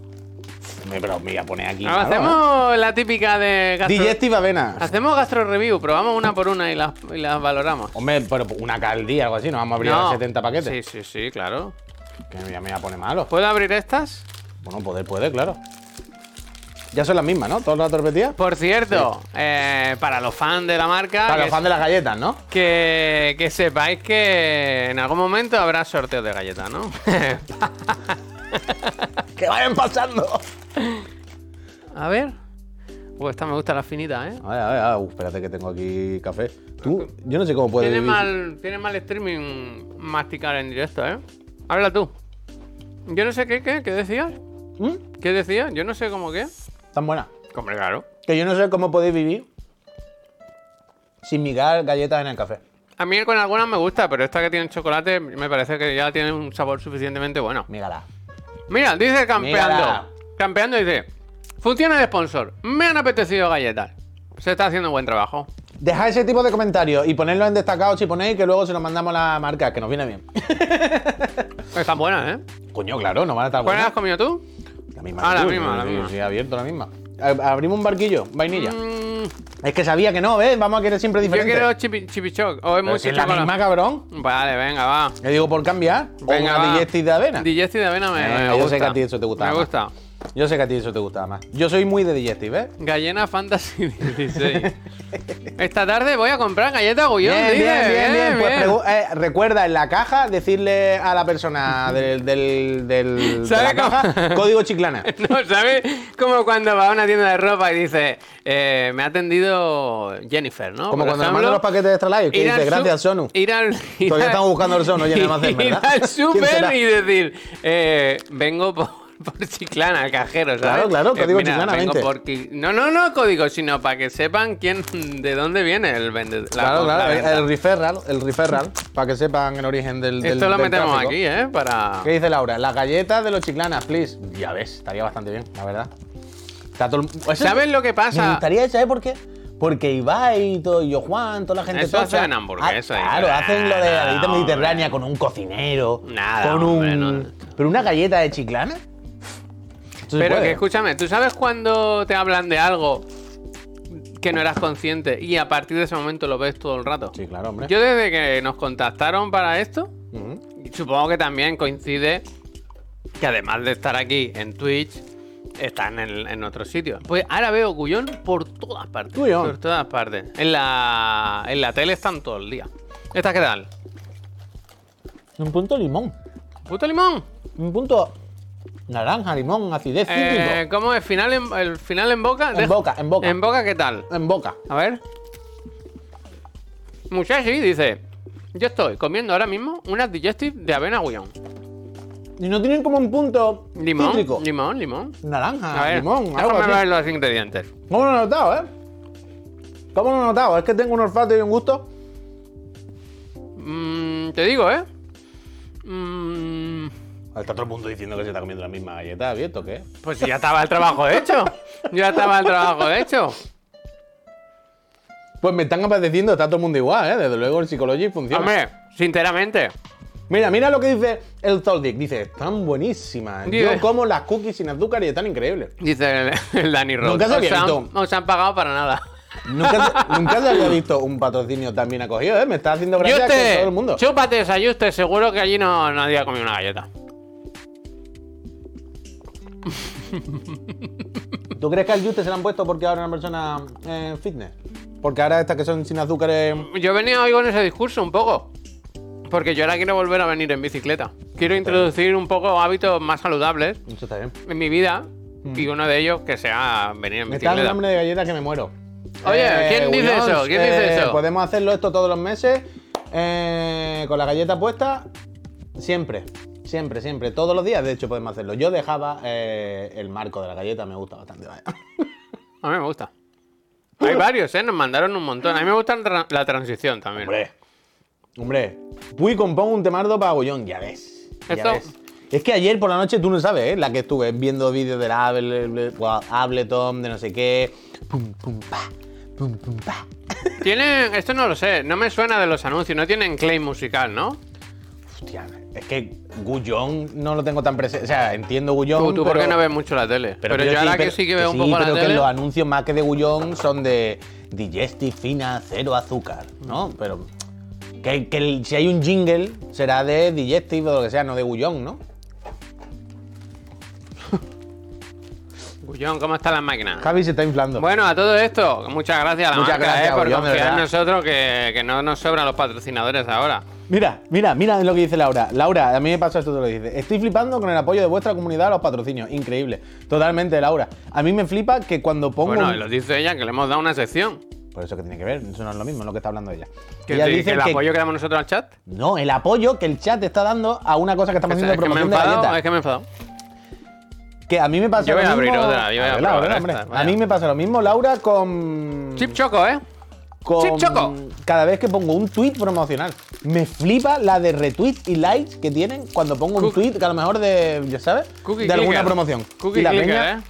Speaker 1: Me- Pero me voy a poner aquí.
Speaker 2: Ahora
Speaker 1: claro, ¿eh?
Speaker 2: Ah, hacemos la típica de gastro.
Speaker 1: Digestive avena.
Speaker 2: Hacemos gastro review, probamos una por una y las, y las valoramos.
Speaker 1: Hombre, pero una caldía, algo así, no vamos a abrir
Speaker 2: No.
Speaker 1: 70 paquetes.
Speaker 2: Sí, sí, sí, claro.
Speaker 1: Que ya me voy a poner malo.
Speaker 2: ¿Puedo abrir estas?
Speaker 1: Bueno, poder, puede, claro. Ya son las mismas, ¿no? Todo el rato repetidas.
Speaker 2: Por cierto, eh, para los fans de la marca.
Speaker 1: Para
Speaker 2: ah, que,
Speaker 1: los fans de las galletas, ¿no?
Speaker 2: que, que sepáis que en algún momento habrá sorteos de galletas, ¿no?
Speaker 1: Que vayan pasando.
Speaker 2: a ver. Uy, esta me gusta la finita, ¿eh?
Speaker 1: A ver, a ver, a ver. Uf, espérate que tengo aquí café. Tú, yo no sé cómo puedes.
Speaker 2: Tiene
Speaker 1: vivir-
Speaker 2: mal, tiene mal streaming masticar en directo, ¿eh? Habla tú. Yo no sé qué, qué, qué decías.
Speaker 1: ¿Mm?
Speaker 2: ¿Qué decías? Yo no sé cómo qué.
Speaker 1: Tan buena.
Speaker 2: Hombre, claro.
Speaker 1: Que yo no sé cómo podéis vivir sin mirar galletas en el café.
Speaker 2: A mí con algunas me gusta, pero esta que tiene chocolate me parece que ya tiene un sabor suficientemente bueno.
Speaker 1: Mírala.
Speaker 2: Mira, dice campeando.
Speaker 1: Mírala.
Speaker 2: Campeando dice, funciona de sponsor. Me han apetecido galletas. Se está haciendo un buen trabajo.
Speaker 1: Dejad ese tipo de comentarios y ponedlo en destacados si ponéis que luego se los mandamos a la marca, que nos viene bien.
Speaker 2: Están buenas, ¿eh?
Speaker 1: Coño, claro, no van a estar
Speaker 2: ¿Cuáles
Speaker 1: buenas.
Speaker 2: has comido tú?
Speaker 1: La misma.
Speaker 2: Ah, la
Speaker 1: que tú,
Speaker 2: misma,
Speaker 1: yo-
Speaker 2: la
Speaker 1: yo
Speaker 2: misma.
Speaker 1: sí he abierto la misma. A- Abrimos un barquillo, vainilla.
Speaker 2: Mm,
Speaker 1: Es que sabía que no, ¿ves? Vamos a querer siempre
Speaker 2: yo
Speaker 1: diferente.
Speaker 2: quiero chipi- chipichoc. O
Speaker 1: Pero
Speaker 2: es muy
Speaker 1: si es la misma, cabrón.
Speaker 2: Vale, venenta, va.
Speaker 1: Le digo por cambiar.
Speaker 2: Venga,
Speaker 1: o
Speaker 2: va.
Speaker 1: una digestive de avena.
Speaker 2: Digestive de avena me,
Speaker 1: Eh,
Speaker 2: me
Speaker 1: yo
Speaker 2: gusta.
Speaker 1: sé que a ti eso te gusta
Speaker 2: Me
Speaker 1: más.
Speaker 2: gusta.
Speaker 1: Yo sé que a ti eso te gustaba más. Yo soy muy de digestive, ¿eh?
Speaker 2: Gallena Fantasy 16. Esta tarde voy a comprar galleta Gullón.
Speaker 1: Bien,
Speaker 2: dice,
Speaker 1: bien, bien, bien. Pues
Speaker 2: bien.
Speaker 1: pregu- eh, recuerda en la caja decirle a la persona del, del, del- de la
Speaker 2: ¿Sabe cómo?
Speaker 1: caja código chiclana.
Speaker 2: No, ¿sabes? Como cuando va a una tienda de ropa y dice, eh, me ha atendido Jennifer, ¿no?
Speaker 1: Como
Speaker 2: Por
Speaker 1: cuando le
Speaker 2: ejemplo,
Speaker 1: mandan los paquetes de Extra Life, que
Speaker 2: ir
Speaker 1: dice,
Speaker 2: al su-
Speaker 1: "Gracias, Sonu".
Speaker 2: Ir al, ir
Speaker 1: Todavía
Speaker 2: al-
Speaker 1: estamos buscando el Sonu, ya en el almacén, ¿verdad?
Speaker 2: Ir al
Speaker 1: ¿Quién será?
Speaker 2: súper y decir, eh, vengo por, por Chiclana, al cajero, ¿sabes? Eh,
Speaker 1: Claro, claro, código
Speaker 2: mira,
Speaker 1: Chiclana,
Speaker 2: vengo
Speaker 1: 20.
Speaker 2: por Qui- No, no, no código, sino para que sepan quién, de dónde viene el vendedor.
Speaker 1: Claro, claro, el, el referral, el referral, para que sepan el origen del. del-
Speaker 2: Esto lo
Speaker 1: del
Speaker 2: metemos
Speaker 1: tráfico.
Speaker 2: aquí, ¿eh? Para...
Speaker 1: ¿Qué dice Laura? Las galletas de los chiclanas, please. Ya ves, estaría bastante bien, la verdad. Está todo el- Eso-
Speaker 2: ¿Sabes lo que
Speaker 1: Me
Speaker 2: pasa?
Speaker 1: gustaría, ¿sabes por qué? Porque Ibai y todo, y yo Juan, toda la gente
Speaker 2: Eso
Speaker 1: tocha,
Speaker 2: hacen hamburguesas
Speaker 1: ha-
Speaker 2: y
Speaker 1: Claro,
Speaker 2: nada,
Speaker 1: hacen lo de la dieta
Speaker 2: hombre.
Speaker 1: mediterránea con un cocinero.
Speaker 2: Nada,
Speaker 1: Con un.
Speaker 2: hombre, no.
Speaker 1: Pero una galleta de chiclana. Eso se
Speaker 2: Pero
Speaker 1: puede.
Speaker 2: que escúchame, ¿tú sabes cuando te hablan de algo que no eras consciente y a partir de ese momento lo ves todo el rato?
Speaker 1: Sí, claro, hombre.
Speaker 2: Yo desde que nos contactaron para esto,
Speaker 1: ¿Eh? Ujú.
Speaker 2: y supongo que también coincide que además de estar aquí en Twitch, están en, en otros sitios. Pues ahora veo Gullón por todas partes.
Speaker 1: Gullón.
Speaker 2: Por todas partes. En la, en la tele están todo el día. ¿Estas qué tal?
Speaker 1: Un punto limón.
Speaker 2: ¿Puto limón?
Speaker 1: Un punto naranja, limón, acidez
Speaker 2: Eh,
Speaker 1: cítrico.
Speaker 2: ¿Cómo es? ¿Final en, ¿El final en boca?
Speaker 1: En
Speaker 2: Deja-
Speaker 1: boca, en boca.
Speaker 2: ¿En boca qué tal?
Speaker 1: En boca.
Speaker 2: A ver. Muchachi dice: Yo estoy comiendo ahora mismo unas digestive de avena guión.
Speaker 1: Y no tienen como un punto
Speaker 2: Limón,
Speaker 1: cítrico.
Speaker 2: limón, limón.
Speaker 1: Naranja,
Speaker 2: A ver,
Speaker 1: limón, algo
Speaker 2: déjame
Speaker 1: así.
Speaker 2: ver los ingredientes.
Speaker 1: ¿Cómo lo he notado, eh? ¿Cómo lo he notado? Es que tengo un olfato y un gusto.
Speaker 2: Mm, te digo, ¿eh? Mm,
Speaker 1: Está todo el mundo diciendo que se está comiendo la misma galleta, ¿abierto qué?
Speaker 2: pues ya estaba el trabajo hecho. Ya estaba el trabajo hecho.
Speaker 1: Pues me están apeteciendo, está todo el mundo igual, ¿eh? Desde luego el Psychology funciona.
Speaker 2: Hombre, sinceramente,
Speaker 1: Mira, mira lo que dice el Zoldic. Dice, están buenísimas.
Speaker 2: Dice-
Speaker 1: Yo como las cookies sin azúcar y están increíbles.
Speaker 2: Dice el, el Danny Rose.
Speaker 1: Nunca se había
Speaker 2: "Os han-
Speaker 1: visto".
Speaker 2: os han pagado para nada.
Speaker 1: Nunca, se- nunca se había visto un patrocinio tan bien acogido, ¿eh? Me está haciendo gracia que
Speaker 2: Yuste,
Speaker 1: todo el mundo.
Speaker 2: chúpate esa Yuste, seguro que allí no nadie ha comido una galleta.
Speaker 1: ¿Tú crees que al Juste se la han puesto porque ahora es una persona eh, fitness? Porque ahora estas que son sin azúcar es...
Speaker 2: Yo venía hoy con ese discurso un poco. Porque yo ahora quiero volver a venir en bicicleta. Quiero introducir un poco hábitos más saludables
Speaker 1: Eso está bien.
Speaker 2: en mi vida.
Speaker 1: Mm.
Speaker 2: Y uno de ellos que sea venir en
Speaker 1: Me está dando
Speaker 2: bicicleta.
Speaker 1: hambre de galletas que me muero. Eh,
Speaker 2: Oye, ¿quién dice
Speaker 1: Williams, eh,
Speaker 2: eso? ¿Quién dice eso?
Speaker 1: Podemos hacerlo esto todos los meses, eh, con la galleta puesta, siempre, siempre, siempre, todos los días, de hecho, podemos hacerlo. Yo dejaba eh, el marco de la galleta, me gusta bastante. vaya.
Speaker 2: A mí me gusta. Hay varios, ¿eh? Nos mandaron un montón. A mí me gusta el tra- la transición también.
Speaker 1: Hombre, hombre, Puy compón un temardo para Gollón, ya ves, ya
Speaker 2: Esto-
Speaker 1: ves. Es que ayer por la noche, tú no sabes, ¿eh? la que estuve viendo vídeos de la Able- Ableton, de no sé qué, pum, pum, pa, pum, pum, pa.
Speaker 2: Tienen, esto no lo sé, no me suena de los anuncios, no tienen claim musical, ¿no?
Speaker 1: Hostia, es que Gullón no lo tengo tan presente. O sea, entiendo Gullón.
Speaker 2: Tú, tú
Speaker 1: pero-
Speaker 2: porque no ves mucho la tele. Pero,
Speaker 1: quiero
Speaker 2: yo ahora
Speaker 1: decir,
Speaker 2: que sí que veo un
Speaker 1: sí,
Speaker 2: poco la
Speaker 1: pero que
Speaker 2: tele.
Speaker 1: los anuncios más que de Gullón son de Digestive fina, cero azúcar,
Speaker 2: Mm.
Speaker 1: ¿no? Pero que, que el- si hay un jingle será de Digestive o lo que sea, no de Gullón, ¿no?
Speaker 2: Gullón, ¿cómo está la máquina?
Speaker 1: Javi se está inflando.
Speaker 2: Bueno, a todo esto, muchas gracias a la
Speaker 1: Muchas
Speaker 2: marca,
Speaker 1: gracias,
Speaker 2: eh, por
Speaker 1: Gullón, de
Speaker 2: confiar en
Speaker 1: verdad.
Speaker 2: nosotros que, que no nos sobran los patrocinadores ahora.
Speaker 1: Mira, mira, mira lo que dice Laura. Laura, a mí me pasa esto, te lo dice. Estoy flipando con el apoyo de vuestra comunidad a los patrocinios. Increíble. Totalmente, Laura. A mí me flipa que cuando pongo.
Speaker 2: Bueno,
Speaker 1: un-
Speaker 2: lo dice ella, que le hemos dado una sección.
Speaker 1: Por eso que tiene que ver, eso no es lo mismo, es lo que está hablando ella.
Speaker 2: Que,
Speaker 1: ella
Speaker 2: que
Speaker 1: dice
Speaker 2: el
Speaker 1: que-
Speaker 2: apoyo que damos nosotros al chat.
Speaker 1: No, el apoyo que el chat está dando a una cosa que estamos
Speaker 2: Es,
Speaker 1: haciendo de
Speaker 2: es que me he
Speaker 1: promoción de
Speaker 2: enfadado,
Speaker 1: galleta.
Speaker 2: es que me he enfadado.
Speaker 1: Que a mí me pasa
Speaker 2: Yo voy
Speaker 1: lo
Speaker 2: a
Speaker 1: mismo.
Speaker 2: abrir otra, yo voy a
Speaker 1: Ábrela,
Speaker 2: probar
Speaker 1: ábrela,
Speaker 2: esta,
Speaker 1: hombre.
Speaker 2: vaya.
Speaker 1: a mí me pasa lo mismo, Laura, con.
Speaker 2: Chip Choco, ¿eh?
Speaker 1: con-
Speaker 2: Chip Choco.
Speaker 1: Cada vez que pongo un tweet promocional. Me flipa la de retweet y likes que tienen cuando pongo un
Speaker 2: Cook-
Speaker 1: tweet que a lo mejor de. ¿Ya sabes?
Speaker 2: Cookie
Speaker 1: de alguna
Speaker 2: clicker.
Speaker 1: promoción.
Speaker 2: Cookie
Speaker 1: y la
Speaker 2: clicker,
Speaker 1: peña.
Speaker 2: ¿eh?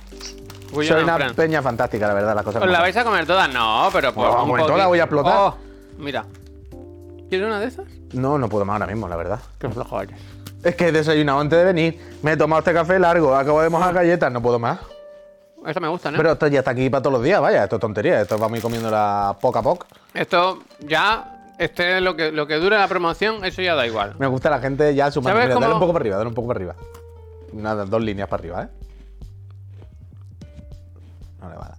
Speaker 2: Gullón
Speaker 1: soy
Speaker 2: en
Speaker 1: una
Speaker 2: Fran.
Speaker 1: peña fantástica, la verdad, las cosas.
Speaker 2: ¿Os
Speaker 1: como
Speaker 2: la
Speaker 1: son.
Speaker 2: vais a comer todas? No, pero por
Speaker 1: No,
Speaker 2: un
Speaker 1: comer toda,
Speaker 2: poquito.
Speaker 1: voy a explotar.
Speaker 2: Oh, mira. ¿Quieres una de esas?
Speaker 1: No, no puedo más ahora mismo, la verdad.
Speaker 2: Qué flojo eres.
Speaker 1: Es que he desayunado antes de venir. Me he tomado este café largo. Acabo de
Speaker 2: Ah.
Speaker 1: mojar galletas. No puedo más.
Speaker 2: Esta me gusta, ¿no?
Speaker 1: Pero esto ya está aquí para todos los días, vaya, esto es tontería, esto vamos a ir comiéndola poco a poco.
Speaker 2: Esto ya, este es lo que, lo que dura la promoción, eso ya da igual.
Speaker 1: Me gusta la gente ya sumando.
Speaker 2: ¿Sabes
Speaker 1: Mira,
Speaker 2: cómo-
Speaker 1: dale un poco para arriba, dale un poco para arriba. Nada, dos líneas para arriba, ¿eh? No le va a dar.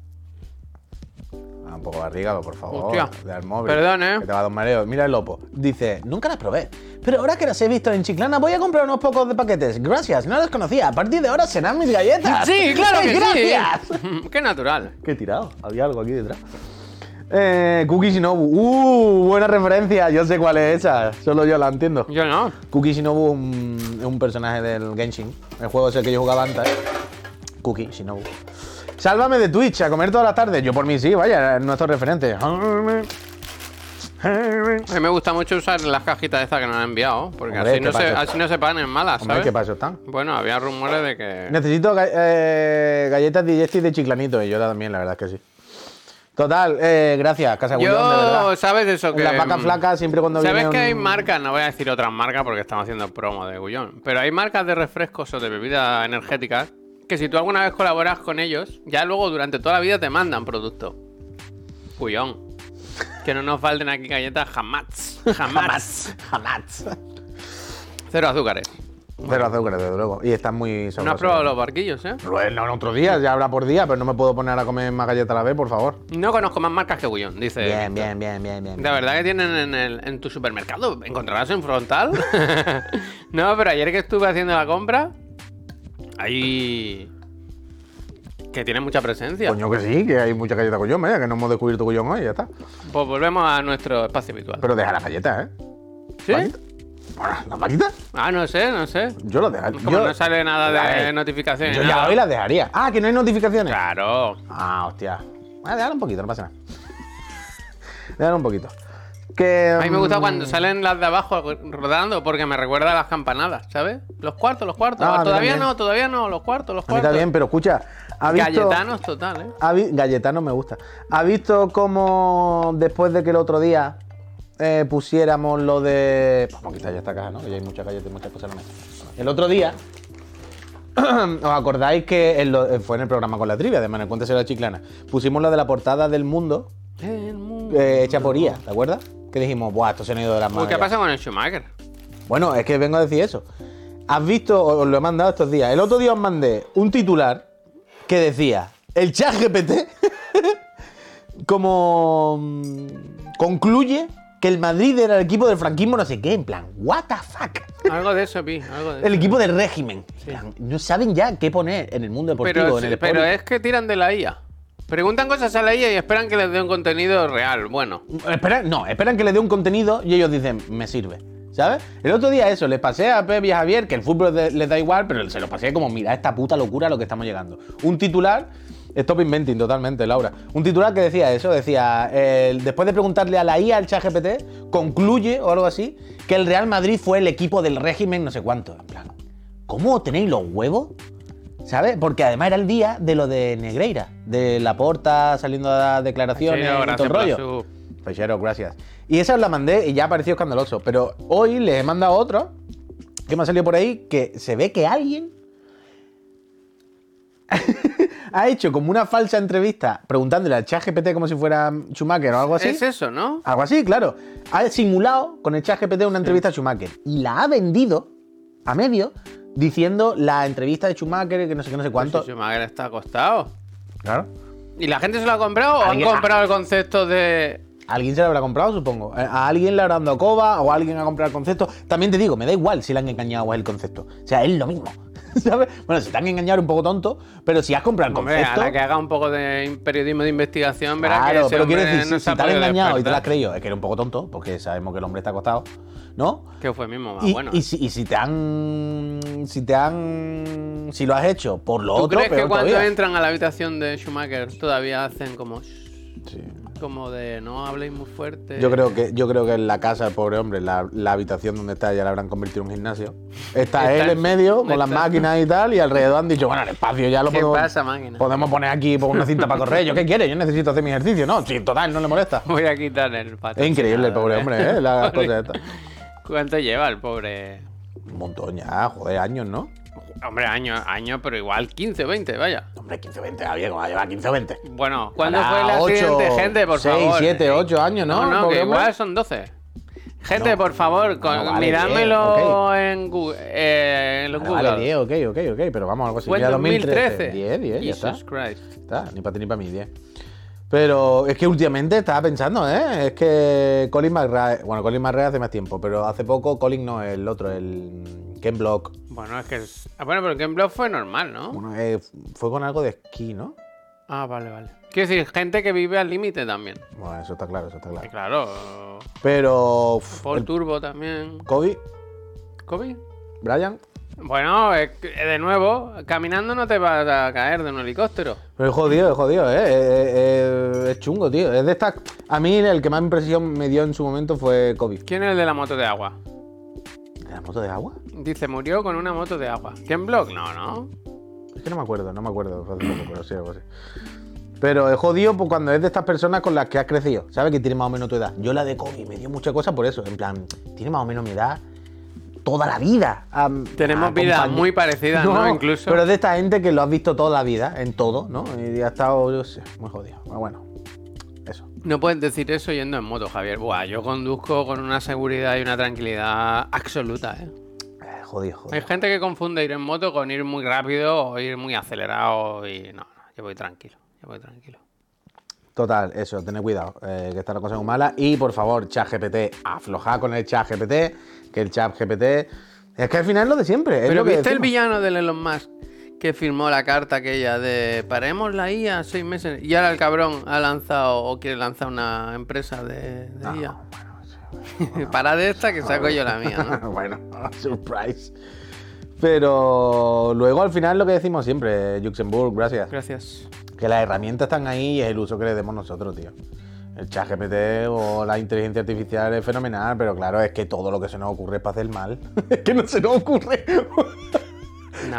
Speaker 1: Ah, un poco para arriba, por favor.
Speaker 2: Hostia.
Speaker 1: Dale al móvil.
Speaker 2: Perdón, ¿eh?
Speaker 1: Que te va a dar un mareo. Mira el lopo. Dice, nunca las probé. Pero ahora que las he visto en Chiclana, voy a comprar unos pocos de paquetes. Gracias, no las conocía. A partir de ahora serán mis galletas.
Speaker 2: Sí, claro que
Speaker 1: Gracias.
Speaker 2: sí. Qué natural.
Speaker 1: Qué tirado, había algo aquí detrás. Eh, Cookie Shinobu. Uh, buena referencia. Yo sé cuál es esa. Solo yo la entiendo.
Speaker 2: Yo no.
Speaker 1: Cookie Shinobu es un, es un personaje del Genshin. El juego ese que yo jugaba antes. Cookie Shinobu. Sálvame de Twitch a comer todas las tardes. Yo por mí sí, vaya, es nuestro referente.
Speaker 2: A mí me gusta mucho usar las cajitas estas que nos han enviado, porque
Speaker 1: Hombre,
Speaker 2: así, no
Speaker 1: ¿qué
Speaker 2: se,
Speaker 1: pasa?
Speaker 2: así no se pagan en malas,
Speaker 1: Hombre,
Speaker 2: ¿sabes?
Speaker 1: qué paso están.
Speaker 2: Bueno, había rumores de que...
Speaker 1: Necesito ga- eh, galletas digestive de chiclanito. Y yo también, la verdad es que sí. Total, eh, gracias, Casa Gullón, de
Speaker 2: Yo,
Speaker 1: verdad.
Speaker 2: ¿sabes eso?
Speaker 1: En
Speaker 2: Que,
Speaker 1: Las vacas
Speaker 2: mm,
Speaker 1: flacas siempre cuando
Speaker 2: ¿Sabes
Speaker 1: viene
Speaker 2: que
Speaker 1: un-
Speaker 2: hay marcas? No voy a decir otras marcas porque estamos haciendo promo de Gullón. Pero hay marcas de refrescos o de bebidas energéticas que si tú alguna vez colaboras con ellos, ya luego durante toda la vida te mandan producto. Gullón. Que no nos falten aquí galletas jamás. Jamás.
Speaker 1: Jamás.
Speaker 2: Cero azúcares.
Speaker 1: Cero azúcar, desde luego. Y están muy
Speaker 2: No has probado los barquillos, ¿eh?
Speaker 1: Bueno, en otro día, ya habrá por día, pero no me puedo poner a comer más galletas a la vez, por favor.
Speaker 2: No conozco más marcas que Gullón, dice.
Speaker 1: Bien, bien, bien, bien, bien.
Speaker 2: La verdad que tienen en, el- en tu supermercado. ¿Encontrarás en frontal? no, pero ayer que estuve haciendo la compra, ahí... Que tiene mucha presencia.
Speaker 1: Coño que sí, que hay muchas galletas collón, vaya, que no hemos descubierto collón hoy, ya está.
Speaker 2: Pues volvemos a nuestro espacio habitual.
Speaker 1: Pero deja las galletas, ¿eh?
Speaker 2: ¿Sí?
Speaker 1: ¿Paquita? Bueno, ¿Las paquitas?
Speaker 2: Ah, no sé, no sé.
Speaker 1: Yo las dejaría.
Speaker 2: Como no sale nada de
Speaker 1: Vale.
Speaker 2: notificaciones.
Speaker 1: Yo
Speaker 2: nada.
Speaker 1: ya hoy las dejaría. Ah, que no hay notificaciones.
Speaker 2: Claro.
Speaker 1: Ah, hostia. Voy a dejar un poquito, no pasa nada. Dejar un poquito. Que,
Speaker 2: A mí me gusta
Speaker 1: mm,
Speaker 2: cuando salen las de abajo rodando porque me recuerda a las campanadas, ¿sabes? Los cuartos, los cuartos.
Speaker 1: Ah, a mí
Speaker 2: todavía
Speaker 1: también.
Speaker 2: no, todavía no, los cuartos, los
Speaker 1: A mí
Speaker 2: cuartos.
Speaker 1: está bien, pero escucha. ¿ha visto-
Speaker 2: Galletanos total, ¿eh?
Speaker 1: Ha vi- Galletano me gusta. ¿Ha visto cómo después de que el otro día eh, pusiéramos lo de. Vamos a quitar ya esta caja, ¿no? Que ya hay muchas galletas y muchas cosas en la mesa. El otro día. ¿Os acordáis que en lo- eh, fue en el programa con la trivia, de Manuel Cuéntese la Chiclana? Pusimos la de la portada del mundo
Speaker 2: El mundo.
Speaker 1: eh, hecha por IA, ¿te acuerdas? Que dijimos, ¡buah, esto se nos ha ido de las manos!
Speaker 2: Uy, Pues, ¿Qué
Speaker 1: ya".
Speaker 2: pasa con el Schumacher?
Speaker 1: Bueno, es que vengo a decir eso. Has visto, os lo he mandado estos días. El otro día os mandé un titular que decía: El chat GPT como mm, concluye que el Madrid era el equipo del franquismo, no sé qué. En plan, ¿what the fuck?
Speaker 2: Algo de eso, Pi. Algo de eso.
Speaker 1: El equipo del régimen. En plan, No saben ya qué poner en el mundo deportivo,
Speaker 2: pero,
Speaker 1: en el
Speaker 2: es- pero
Speaker 1: sport.
Speaker 2: es que tiran de la IA. Preguntan cosas a la IA y esperan que les dé un contenido real. Bueno,
Speaker 1: Esperan, no, esperan que le dé un contenido y ellos dicen, me sirve. ¿Sabes? El otro día eso, les pasé a Pep y a Javier, que el fútbol de- les da igual, pero se los pasé como, mira, esta puta locura a lo que estamos llegando. Un titular, stop inventing totalmente, Laura. Un titular que decía eso, decía, eh, después de preguntarle a la IA, al chat GPT, concluye o algo así, que el Real Madrid fue el equipo del régimen no sé cuánto. En plan, ¿cómo tenéis los huevos? ¿Sabes? Porque además era el día de lo de Negreira, de la porta saliendo a dar declaraciones y
Speaker 2: Fechero,
Speaker 1: todo
Speaker 2: gracias
Speaker 1: el
Speaker 2: por
Speaker 1: rollo.
Speaker 2: su-
Speaker 1: Fechero, gracias. Y esa os la mandé y ya ha parecido escandaloso. Pero hoy les he mandado otro que me ha salido por ahí que se ve que alguien ha hecho como una falsa entrevista preguntándole al chat GPT como si fuera Schumacher o algo así.
Speaker 2: es eso, ¿no?
Speaker 1: Algo así, claro. Ha simulado con el ChatGPT una entrevista a Schumacher y la ha vendido a medio diciendo la entrevista de Schumacher que no sé qué, no sé cuánto.
Speaker 2: Pues si Schumacher está acostado.
Speaker 1: Claro.
Speaker 2: ¿Y la gente se lo ha comprado o han
Speaker 1: Alguien-
Speaker 2: comprado el concepto de.
Speaker 1: Alguien se la habrá comprado, supongo. Eh, A a alguien le habrán dado coba o alguien ha comprado el concepto. También te digo, me da igual si le han engañado o es el concepto. O sea, es lo mismo. ¿Sabes? Bueno, si te han engañado un poco tonto, pero si has comprado el
Speaker 2: Hombre,
Speaker 1: concepto.
Speaker 2: ahora que haga un poco de periodismo de investigación, verá que
Speaker 1: Claro,
Speaker 2: ese
Speaker 1: pero quiero
Speaker 2: hombre
Speaker 1: decir,
Speaker 2: no
Speaker 1: si,
Speaker 2: se ha
Speaker 1: si te han
Speaker 2: podido
Speaker 1: engañado y te lo has
Speaker 2: despertar.
Speaker 1: creído, es que era un poco tonto, porque sabemos que el hombre está acostado, ¿no?
Speaker 2: Que fue mismo más
Speaker 1: y,
Speaker 2: Ah, bueno.
Speaker 1: y si, y si te han. Si te han. Si lo has hecho por lo
Speaker 2: ¿Tú
Speaker 1: otro,
Speaker 2: crees que
Speaker 1: peor
Speaker 2: cuando
Speaker 1: todavía.
Speaker 2: entran a la habitación de Schumacher todavía hacen como. "Shh",
Speaker 1: Sí.
Speaker 2: Como de no habléis muy fuerte?
Speaker 1: Yo creo que yo creo que en la casa del pobre hombre, la, la habitación donde está, ya la habrán convertido en un gimnasio. Está
Speaker 2: Está
Speaker 1: él
Speaker 2: en-
Speaker 1: en medio con las
Speaker 2: está-
Speaker 1: máquinas y tal, y alrededor han dicho, bueno, el espacio ya lo
Speaker 2: ¿Qué
Speaker 1: podemos,
Speaker 2: pasa, máquina?
Speaker 1: podemos poner aquí por una cinta para correr. ¿Yo qué quiere? Yo necesito hacer mi ejercicio. No, sí, total, no le molesta.
Speaker 2: Voy a quitar el pato.
Speaker 1: Es increíble el pobre hombre, ¿eh? Las
Speaker 2: Pobre-
Speaker 1: cosas estas.
Speaker 2: ¿Cuánto lleva el pobre?
Speaker 1: Un montón ya, joder, años, ¿no?
Speaker 2: Hombre, años, años, pero igual 15, 20, vaya.
Speaker 1: Hombre, 15 o 20, Javier, ¿cómo va a llevar 15 o 20?
Speaker 2: Bueno, ¿cuándo
Speaker 1: Hará
Speaker 2: fue el
Speaker 1: ocho,
Speaker 2: accidente, gente? Por
Speaker 1: seis,
Speaker 2: favor.
Speaker 1: siete, ocho años, ¿no?
Speaker 2: No,
Speaker 1: Pobre
Speaker 2: que
Speaker 1: hombre.
Speaker 2: igual son 12. Gente,
Speaker 1: No,
Speaker 2: por favor,
Speaker 1: no,
Speaker 2: con,
Speaker 1: vale,
Speaker 2: mirádmelo
Speaker 1: bien, ok.
Speaker 2: en Google. eh, en los
Speaker 1: Vale,
Speaker 2: Google.
Speaker 1: vale, 10, ok, ok, ok, pero vamos, algo así.
Speaker 2: Fue en
Speaker 1: Ya
Speaker 2: 2013.
Speaker 1: 10, 10, ya está.
Speaker 2: Jesus Christ.
Speaker 1: Está, ni para ti ni para mí, 10. Pero es que últimamente estaba pensando, ¿eh? Es que Colin McRae, bueno, Colin McRae hace más tiempo, pero hace poco Colin no, el otro, el Ken Block.
Speaker 2: Bueno, es que. es- ah, bueno, pero el Game Block fue normal, ¿no?
Speaker 1: Bueno, eh, fue con algo de esquí, ¿no?
Speaker 2: Ah, vale, vale. Quiero decir, gente que vive al límite también.
Speaker 1: Bueno, eso está claro, eso está
Speaker 2: Y
Speaker 1: claro.
Speaker 2: claro.
Speaker 1: Pero uf,
Speaker 2: Paul
Speaker 1: el
Speaker 2: Turbo también.
Speaker 1: Kobe,
Speaker 2: Kobe.
Speaker 1: Brian,
Speaker 2: Bueno, es que, eh, de nuevo, caminando no te vas a caer de un helicóptero.
Speaker 1: pero es jodido, es jodido, ¿eh? Eh, eh, eh, Es chungo, tío. Es de estas... A mí el que más impresión me dio en su momento fue Kobe.
Speaker 2: ¿Quién es el de la moto de agua?
Speaker 1: ¿De la moto de agua?
Speaker 2: Dice, murió con una moto de agua. ¿Quién blog? No, no.
Speaker 1: Es que no me acuerdo, no me acuerdo, fue hace poco, pero sí, algo así. Pero es jodido pues, cuando es de estas personas con las que has crecido, ¿sabes? Que tiene más o menos tu edad. Yo la de Kobe me dio mucha cosa por eso, en plan, tiene más o menos mi edad toda la vida. am-
Speaker 2: Tenemos vidas
Speaker 1: acompañ-
Speaker 2: muy parecidas, ¿no? Incluso.
Speaker 1: Pero es de esta gente que lo has visto toda la vida, en todo, ¿no? Y ha estado, yo sé, muy jodido. Pero Bueno, eso.
Speaker 2: No puedes decir eso yendo en moto, Javier. Buah, yo conduzco con una seguridad y una tranquilidad absoluta, ¿eh?
Speaker 1: Eh, jodido,
Speaker 2: Hay
Speaker 1: jodido.
Speaker 2: gente que confunde ir en moto con ir muy rápido o ir muy acelerado y no, no, yo voy tranquilo, yo voy tranquilo.
Speaker 1: Total, eso, tened cuidado, eh, que esta cosa es muy mala. Y por favor, chat GPT, aflojad con el chat GPT, que el chat GPT. Es que al final es lo de siempre. es
Speaker 2: Pero
Speaker 1: lo que
Speaker 2: ¿viste el
Speaker 1: decimos.
Speaker 2: villano del Elon Musk que firmó la carta aquella de paremos la IA seis meses? Y ahora el cabrón ha lanzado o quiere lanzar una empresa de, de
Speaker 1: No,
Speaker 2: IA. Parad esta que saco yo la mía, ¿no?
Speaker 1: bueno, surprise. Pero luego al final lo que decimos siempre, Luxemburg, gracias.
Speaker 2: Gracias.
Speaker 1: Que las herramientas están ahí y es el uso que le demos nosotros, tío. El chat GPT o la inteligencia artificial es fenomenal, pero claro, es que todo lo que se nos ocurre es para hacer mal. es que no se nos ocurre.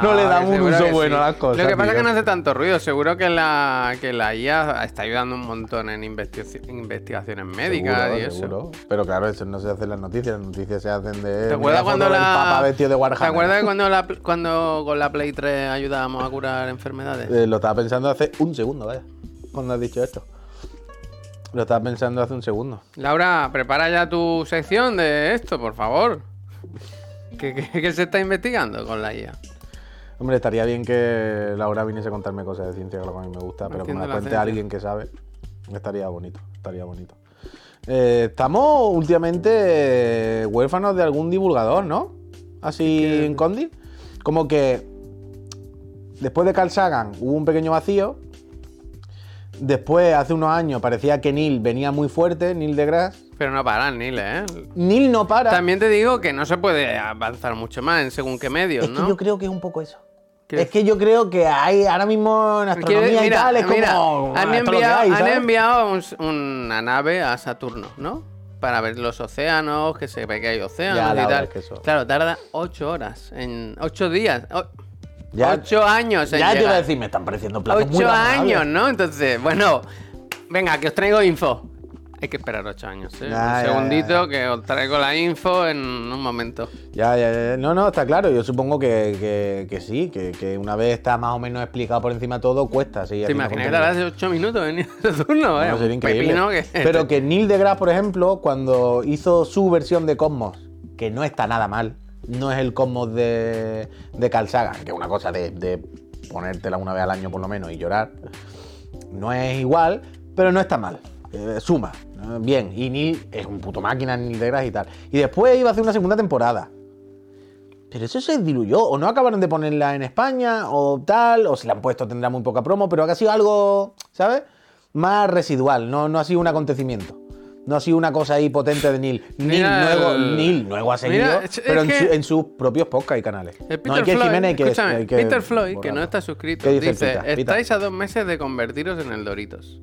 Speaker 1: no le damos
Speaker 2: que
Speaker 1: un
Speaker 2: seguro
Speaker 1: uso
Speaker 2: que
Speaker 1: bueno
Speaker 2: sí.
Speaker 1: a las cosas.
Speaker 2: Lo que pasa es que
Speaker 1: tío.
Speaker 2: no hace tanto ruido. Seguro que la, que la IA está ayudando un montón en investigaci- investigaciones médicas
Speaker 1: Seguro,
Speaker 2: y eso.
Speaker 1: seguro. Pero claro, eso no se hace en las noticias. Las noticias se hacen de. mira
Speaker 2: ¿Te acuerdas
Speaker 1: foto
Speaker 2: cuando
Speaker 1: del
Speaker 2: la.
Speaker 1: Papa vestido de Warhammer.
Speaker 2: ¿Te acuerdas de cuando, la, cuando con la Play 3 ayudábamos a curar enfermedades?
Speaker 1: Eh, lo estaba pensando hace un segundo, vaya. Cuando has dicho esto. Lo estaba pensando hace un segundo.
Speaker 2: Laura, prepara ya tu sección de esto, por favor. ¿Qué, qué- qué se está investigando con la IA?
Speaker 1: Hombre, estaría bien que Laura viniese a contarme cosas de ciencia, que es lo que a mí me gusta, pero que me
Speaker 2: Haciendo
Speaker 1: la
Speaker 2: la
Speaker 1: cuente
Speaker 2: ciencia.
Speaker 1: alguien que sabe. Estaría bonito, estaría bonito. Eh, estamos últimamente eh, huérfanos de algún divulgador, ¿no? Así en Condi. Como que después de Carl Sagan hubo un pequeño vacío. Después, hace unos años, parecía que Neil venía muy fuerte, Neil deGrasse.
Speaker 2: Pero no paran, Neil, ¿eh?
Speaker 1: Neil no para.
Speaker 2: También te digo que no se puede avanzar mucho más en según qué medios,
Speaker 1: Es que
Speaker 2: ¿no?
Speaker 1: yo creo que es un poco eso.
Speaker 2: ¿Qué?
Speaker 1: Es que yo creo que hay ahora mismo en
Speaker 2: Quiere-
Speaker 1: astronomía y tal, es
Speaker 2: mira,
Speaker 1: como.
Speaker 2: han
Speaker 1: "Ah, esto es lo que
Speaker 2: enviado,
Speaker 1: hay",
Speaker 2: han
Speaker 1: ¿sabes?
Speaker 2: enviado un- una nave a Saturno, ¿no? Para ver los océanos, que se ve que hay
Speaker 1: Ya,
Speaker 2: océanos
Speaker 1: la
Speaker 2: y
Speaker 1: verdad
Speaker 2: tal.
Speaker 1: es que eso-
Speaker 2: Claro, tarda ocho horas, en ocho días, o-
Speaker 1: Ya-
Speaker 2: ocho años en
Speaker 1: Ya te iba a
Speaker 2: llegar.
Speaker 1: decir, me están pareciendo platos muy
Speaker 2: Ocho
Speaker 1: razonables.
Speaker 2: años, ¿no? Entonces, bueno, venga, que os traigo info. Hay que esperar ocho años, ¿eh?
Speaker 1: Ya, ya,
Speaker 2: un segundito
Speaker 1: ya, ya.
Speaker 2: que os traigo la info en un momento.
Speaker 1: Ya, ya, ya. No, no, está claro. Yo supongo que, que- que sí, que, que una vez está más o menos explicado por encima todo, cuesta. seguir
Speaker 2: ¿Te
Speaker 1: haciendo
Speaker 2: imaginas que
Speaker 1: contenido.
Speaker 2: tardas ocho minutos en ir a Saturno?
Speaker 1: No,
Speaker 2: vaya,
Speaker 1: sería
Speaker 2: un
Speaker 1: increíble.
Speaker 2: eh, pepino que- Eh,
Speaker 1: Pero que Neil deGrasse, por ejemplo, cuando hizo su versión de Cosmos, que no está nada mal, no es el Cosmos de, de Carl Sagan, que es una cosa de, de ponértela una vez al año por lo menos y llorar, no es igual, pero no está mal. Eh, suma, eh, bien. Y Neil es un puto máquina, Neil deGrasse y tal. Y después iba a hacer una segunda temporada. Pero eso se diluyó, o no acabaron de ponerla en España, o tal, o si la han puesto tendrá muy poca promo, pero ha sido algo, ¿sabes? Más residual, no, no ha sido un acontecimiento. No ha sido una cosa ahí potente de Neil. Neil,
Speaker 2: Mira
Speaker 1: nuevo,
Speaker 2: el-
Speaker 1: Neil nuevo ha seguido,
Speaker 2: Mira, es- es
Speaker 1: pero en,
Speaker 2: que-
Speaker 1: su- en sus propios podcasts y canales.
Speaker 2: El Peter
Speaker 1: no hay que
Speaker 2: Floyd,
Speaker 1: Jiménez, hay que,
Speaker 2: escúchame,
Speaker 1: hay que
Speaker 2: Peter Floyd, que
Speaker 1: borrarlo.
Speaker 2: no está suscrito,
Speaker 1: ¿Qué dice
Speaker 2: dice,
Speaker 1: el Pita? Pita.
Speaker 2: estáis a dos meses de convertiros en el Doritos.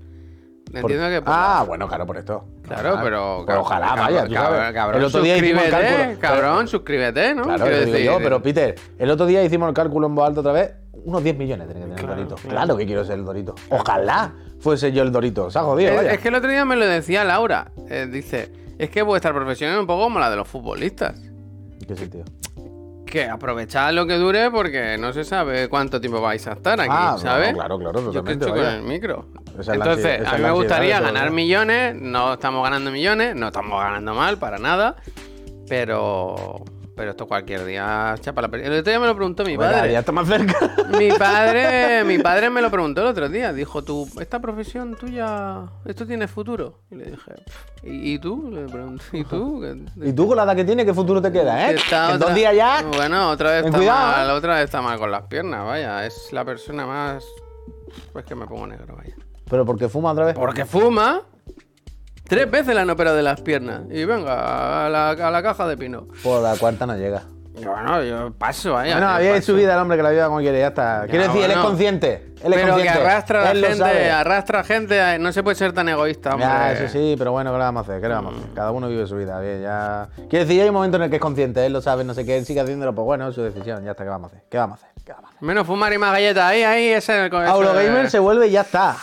Speaker 1: Por-
Speaker 2: Entiendo que... por-
Speaker 1: ah, bueno, claro, por esto.
Speaker 2: Claro,
Speaker 1: Ah,
Speaker 2: pero...
Speaker 1: pues ojalá,
Speaker 2: cabrón,
Speaker 1: vaya, tú
Speaker 2: Cabrón,
Speaker 1: sabes.
Speaker 2: cabrón,
Speaker 1: el otro día hicimos el
Speaker 2: suscríbete,
Speaker 1: cálculo.
Speaker 2: Cabrón, suscríbete, ¿no?
Speaker 1: Claro,
Speaker 2: Quiero
Speaker 1: lo digo
Speaker 2: decir, eh,
Speaker 1: yo, pero Peter, el otro día hicimos el cálculo en voz alta otra vez. Unos 10 millones tiene que tener
Speaker 2: Claro,
Speaker 1: el Dorito. Claro.
Speaker 2: claro.
Speaker 1: que quiero ser el Dorito. Ojalá fuese yo el Dorito. Se ha jodido,
Speaker 2: Es,
Speaker 1: vaya.
Speaker 2: es que el otro día me lo decía Laura. eh, dice, es que vuestra profesión es un poco como la de los futbolistas.
Speaker 1: ¿Qué sentido?
Speaker 2: Que aprovechad lo que dure porque no se sabe cuánto tiempo vais a estar aquí,
Speaker 1: Ah, no,
Speaker 2: ¿sabes?
Speaker 1: claro, claro,
Speaker 2: Yo que
Speaker 1: totalmente,
Speaker 2: estoy con
Speaker 1: vaya.
Speaker 2: el micro.
Speaker 1: Esa es la ansi-
Speaker 2: Entonces,
Speaker 1: esa
Speaker 2: a
Speaker 1: es
Speaker 2: mí
Speaker 1: la
Speaker 2: me gustaría
Speaker 1: ansiedad, eso,
Speaker 2: ganar
Speaker 1: ¿no?
Speaker 2: millones, no estamos ganando millones, no estamos ganando mal para nada, pero pero esto cualquier día chapa la per- El otro día me lo preguntó mi
Speaker 1: Venga,
Speaker 2: padre.
Speaker 1: ya está más cerca.
Speaker 2: Mi padre, mi padre me lo preguntó el otro día. Dijo, tú, esta profesión tuya, esto tiene futuro. Y le dije, ¿y, y tú? Le pregunté, ¿y tú? ¿Qué-
Speaker 1: ¿Y tú con la edad que tienes, qué futuro te queda, eh?
Speaker 2: que está
Speaker 1: en
Speaker 2: otra-
Speaker 1: dos días ya.
Speaker 2: Bueno, otra vez
Speaker 1: Ten
Speaker 2: está
Speaker 1: cuidado, ¿eh?
Speaker 2: mal, otra vez está mal con las piernas, vaya. Es la persona más. Pues que me pongo negro, vaya.
Speaker 1: Pero porque fuma otra vez.
Speaker 2: Porque fuma. Tres veces la han operado de las piernas. Y venga, a la, a la caja de pino.
Speaker 1: Por la cuarta no llega.
Speaker 2: Y Bueno, yo paso, vaya.
Speaker 1: Bueno,
Speaker 2: yo
Speaker 1: había
Speaker 2: paso.
Speaker 1: subido al hombre que la viva como quiere, ya está. Quiero decir, él es
Speaker 2: bueno.
Speaker 1: consciente. Él es
Speaker 2: Pero que
Speaker 1: consciente.
Speaker 2: arrastra a
Speaker 1: Él
Speaker 2: la
Speaker 1: lo sabe.
Speaker 2: gente, arrastra a gente. a- No se puede ser tan egoísta, hombre. Mm.
Speaker 1: Ya, eso sí, pero bueno, ¿qué le vamos a hacer? ¿Qué le vamos a hacer? Cada uno vive su vida, bien, ya. Quiero decir, hay un momento en el que es consciente, él lo sabe, no sé qué, él sigue haciéndolo, pues bueno, es su decisión, ya está, ¿qué vamos a hacer? ¿Qué vamos a hacer? ¿Qué vamos a hacer?
Speaker 2: Menos fumar y más galletas. Ahí, ahí, ese. eso-
Speaker 1: Auro
Speaker 2: eh,
Speaker 1: Gamer se vuelve y ya está.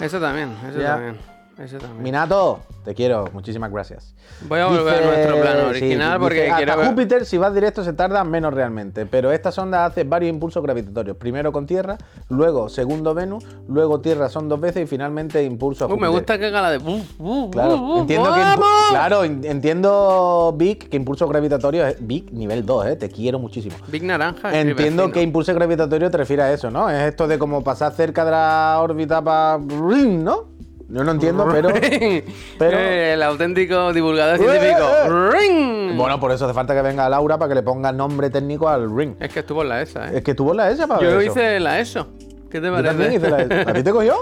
Speaker 2: Eso también, eso
Speaker 1: Ya.
Speaker 2: también. Eso también.
Speaker 1: Minato, te quiero, muchísimas gracias.
Speaker 2: Voy a volver
Speaker 1: Dice-
Speaker 2: a nuestro plano
Speaker 1: sí,
Speaker 2: original
Speaker 1: dice,
Speaker 2: porque
Speaker 1: hasta
Speaker 2: quiero ver-
Speaker 1: Júpiter, si vas directo, se tarda menos realmente, pero esta sonda hace varios impulsos gravitatorios. Primero con Tierra, luego segundo Venus, luego Tierra son dos veces y finalmente impulso a
Speaker 2: Uh, me
Speaker 1: Júpiter.
Speaker 2: gusta que haga la de. buf, buf,
Speaker 1: Claro,
Speaker 2: buf, buf,
Speaker 1: entiendo que impu-
Speaker 2: Uh, ¡vamos!
Speaker 1: claro, en- entiendo Vic que impulso gravitatorio es Vic nivel 2, eh, te quiero muchísimo.
Speaker 2: Big Naranja. escribe
Speaker 1: Entiendo
Speaker 2: vecino.
Speaker 1: que impulso gravitatorio te refiere a eso, ¿no? Es esto de como pasar cerca de la órbita para ¿no? Yo no entiendo, pero pero-
Speaker 2: Eh, el auténtico divulgador
Speaker 1: Eh, eh,
Speaker 2: científico.
Speaker 1: eh.
Speaker 2: ¡Ring!
Speaker 1: bueno, por eso hace falta que venga Laura para que le ponga nombre técnico al ring.
Speaker 2: Es que estuvo en la ESA, ¿eh?
Speaker 1: Es que tuvo la esa para
Speaker 2: Yo
Speaker 1: ver eso.
Speaker 2: hice la ESO. ¿Qué te
Speaker 1: Yo
Speaker 2: parece?
Speaker 1: también hice la esa. ¿A ti te cogió?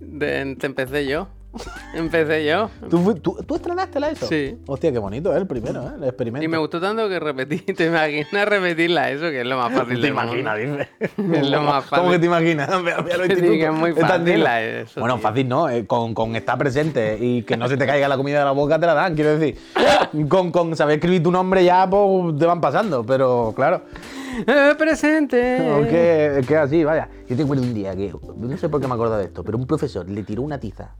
Speaker 2: De- te empecé yo. Empecé yo.
Speaker 1: ¿Tú, fui- tú, tú estrenaste la eso?
Speaker 2: Sí.
Speaker 1: Hostia, qué bonito, ¿eh? el primero, ¿eh? el experimento.
Speaker 2: Y me gustó tanto que repetí. ¿Te imaginas repetir la ESO? Que es lo más fácil del mundo.
Speaker 1: dice.
Speaker 2: Es lo más
Speaker 1: ¿Cómo
Speaker 2: fácil.
Speaker 1: que te imaginas? Ve a- ve a los
Speaker 2: Sí, que es
Speaker 1: institutos.
Speaker 2: muy
Speaker 1: Es tan
Speaker 2: fácil
Speaker 1: lleno.
Speaker 2: la- eso,
Speaker 1: Bueno,
Speaker 2: tío.
Speaker 1: fácil no. eh, con, con estar presente y que no se te caiga la comida de la boca te la dan, quiero decir. Con, con saber escribir tu nombre ya pues, te van pasando, pero claro.
Speaker 2: Eh, presente.
Speaker 1: No, que, que así, vaya. Yo te acuerdo un día que, no sé por qué me acuerdo de esto, pero un profesor le tiró una tiza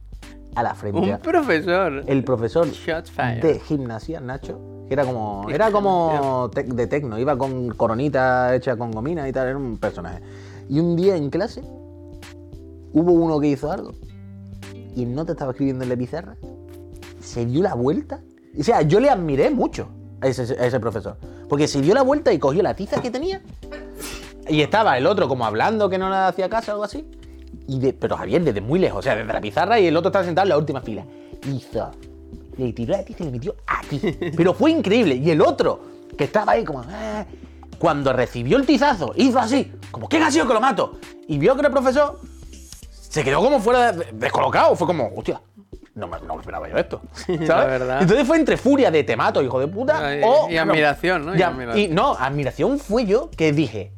Speaker 1: a la frente.
Speaker 2: Un profesor.
Speaker 1: el profesor
Speaker 2: Shots fired.
Speaker 1: de gimnasia, Nacho, que era como,
Speaker 2: De
Speaker 1: era como tec- de tecno, iba con coronita hecha con gomina y tal, era un personaje. Y un día en clase hubo uno que hizo algo y no te estaba escribiendo en la pizarra, se dio la vuelta. O sea, yo le admiré mucho a ese, a ese profesor, porque se dio la vuelta y cogió la tiza que tenía y estaba el otro como hablando que no le hacía caso o algo así. Y de- pero Javier, desde muy lejos, o sea, desde la pizarra y el otro estaba sentado en la última fila. Hizo. Le tiró la tiza y le metió aquí. Pero fue increíble. Y el otro, que estaba ahí como. "Ah", Cuando recibió el tizazo, hizo así. Como, ¿quién ha sido que lo mato? Y vio que era el profesor. Se quedó como fuera de- descolocado. Fue como, hostia, no me, no me esperaba yo esto. ¿Sabes?
Speaker 2: La verdad.
Speaker 1: Entonces fue entre furia de te mato, hijo de puta.
Speaker 2: Ay,
Speaker 1: o,
Speaker 2: y admiración, ¿no? Y
Speaker 1: Ya,
Speaker 2: admiración.
Speaker 1: y no, admiración fue yo que dije,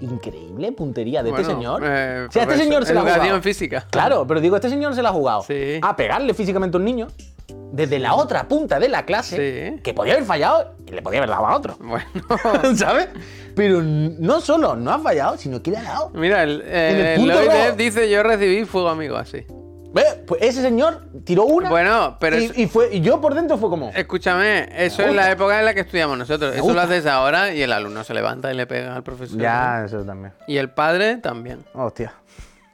Speaker 1: increíble puntería de este
Speaker 2: Bueno,
Speaker 1: señor.
Speaker 2: eh,
Speaker 1: o sea, este
Speaker 2: profesor-
Speaker 1: señor se la ha
Speaker 2: educación
Speaker 1: jugado.
Speaker 2: física.
Speaker 1: Claro, pero digo, este señor se la ha jugado
Speaker 2: Sí.
Speaker 1: a pegarle físicamente a un niño desde la otra punta de la clase
Speaker 2: Sí.
Speaker 1: que podía haber fallado y le podía haber dado a otro.
Speaker 2: Bueno.
Speaker 1: ¿Sabes? Pero n- no solo no ha fallado, sino que le ha dado.
Speaker 2: Mira, el,
Speaker 1: En el
Speaker 2: eh,
Speaker 1: punto
Speaker 2: Lloyd
Speaker 1: rojo.
Speaker 2: Depp dice yo recibí fuego amigo así.
Speaker 1: Ve, Pues ese señor tiró una.
Speaker 2: Bueno, pero
Speaker 1: y,
Speaker 2: es-
Speaker 1: y fue, y yo por dentro fue como.
Speaker 2: Escúchame, eso es
Speaker 1: gusta.
Speaker 2: la época en la que estudiamos nosotros. Eso lo
Speaker 1: gusta.
Speaker 2: haces ahora y el alumno se levanta y le pega al profesor.
Speaker 1: eso también.
Speaker 2: Y el padre también.
Speaker 1: Hostia.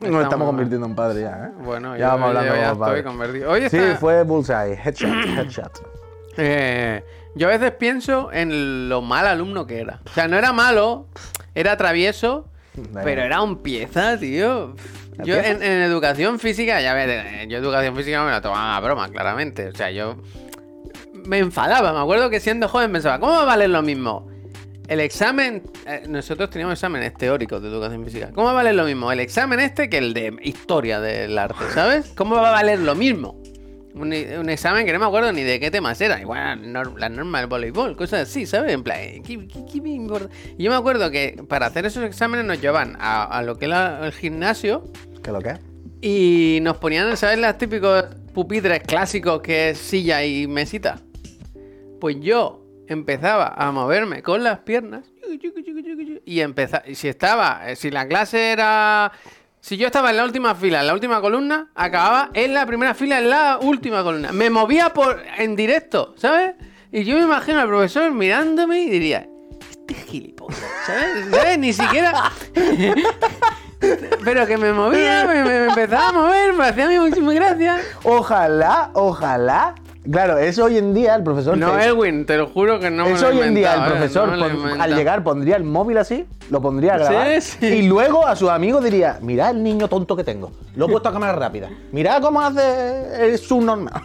Speaker 2: Estamos-
Speaker 1: en padre ya, ¿eh?
Speaker 2: Bueno, yo- yo ya
Speaker 1: como
Speaker 2: estoy convertido. Hoy está-
Speaker 1: fue Bullseye, headshot, headshot.
Speaker 2: Eh, yo a veces pienso en lo mal alumno que era. O sea, no era malo, era travieso,
Speaker 1: Venga.
Speaker 2: pero era un pieza, tío.
Speaker 1: ¿La
Speaker 2: Yo
Speaker 1: pieza?
Speaker 2: en, en educación física, ya ves, eh, yo educación física me la tomaba a broma, claramente. O sea, yo me enfadaba. Me acuerdo que siendo joven pensaba, ¿cómo va a valer lo mismo? El examen, eh, nosotros teníamos exámenes teóricos de educación física. ¿Cómo va a valer lo mismo el examen este que el de historia del arte, ¿sabes? ¿Cómo va a valer lo mismo? Un, un examen que no me acuerdo ni de qué temas era. Igual nor- la norma del voleibol, cosas así, ¿sabes? En plan, eh, ¿qué, qué- qué me importa? Yo me acuerdo que para hacer esos exámenes nos llevaban a, a lo que era el gimnasio
Speaker 1: ¿Qué lo que es?
Speaker 2: y nos ponían, ¿sabes? Los típicos pupitres clásicos que es silla y mesita. Pues yo empezaba a moverme con las piernas y empezaba. Si estaba, eh, si la clase era. Si yo estaba en la última fila, en la última columna, acababa en la primera fila, en la última columna. Me movía por en directo, ¿sabes? Y yo me imagino al profesor mirándome y diría, este gilipollas, ¿sabes? ¿Sabes? Ni siquiera... Pero que me movía, me, me- me empezaba a mover, me hacía a mí muchísimas gracias.
Speaker 1: Ojalá, ojalá. Claro, eso hoy en día el profesor.
Speaker 2: No,
Speaker 1: te-
Speaker 2: Elwin, te lo juro que no me
Speaker 1: eso
Speaker 2: lo he
Speaker 1: hoy en día el
Speaker 2: inventado, ¿eh?
Speaker 1: profesor,
Speaker 2: No me lo he
Speaker 1: pon- al
Speaker 2: inventado.
Speaker 1: llegar, pondría el móvil así, lo pondría a grabar.
Speaker 2: Sí, sí.
Speaker 1: Y luego a sus amigos diría: Mirad el niño tonto que tengo. Lo he puesto a cámara rápida. Mirad cómo hace eh, el subnormal.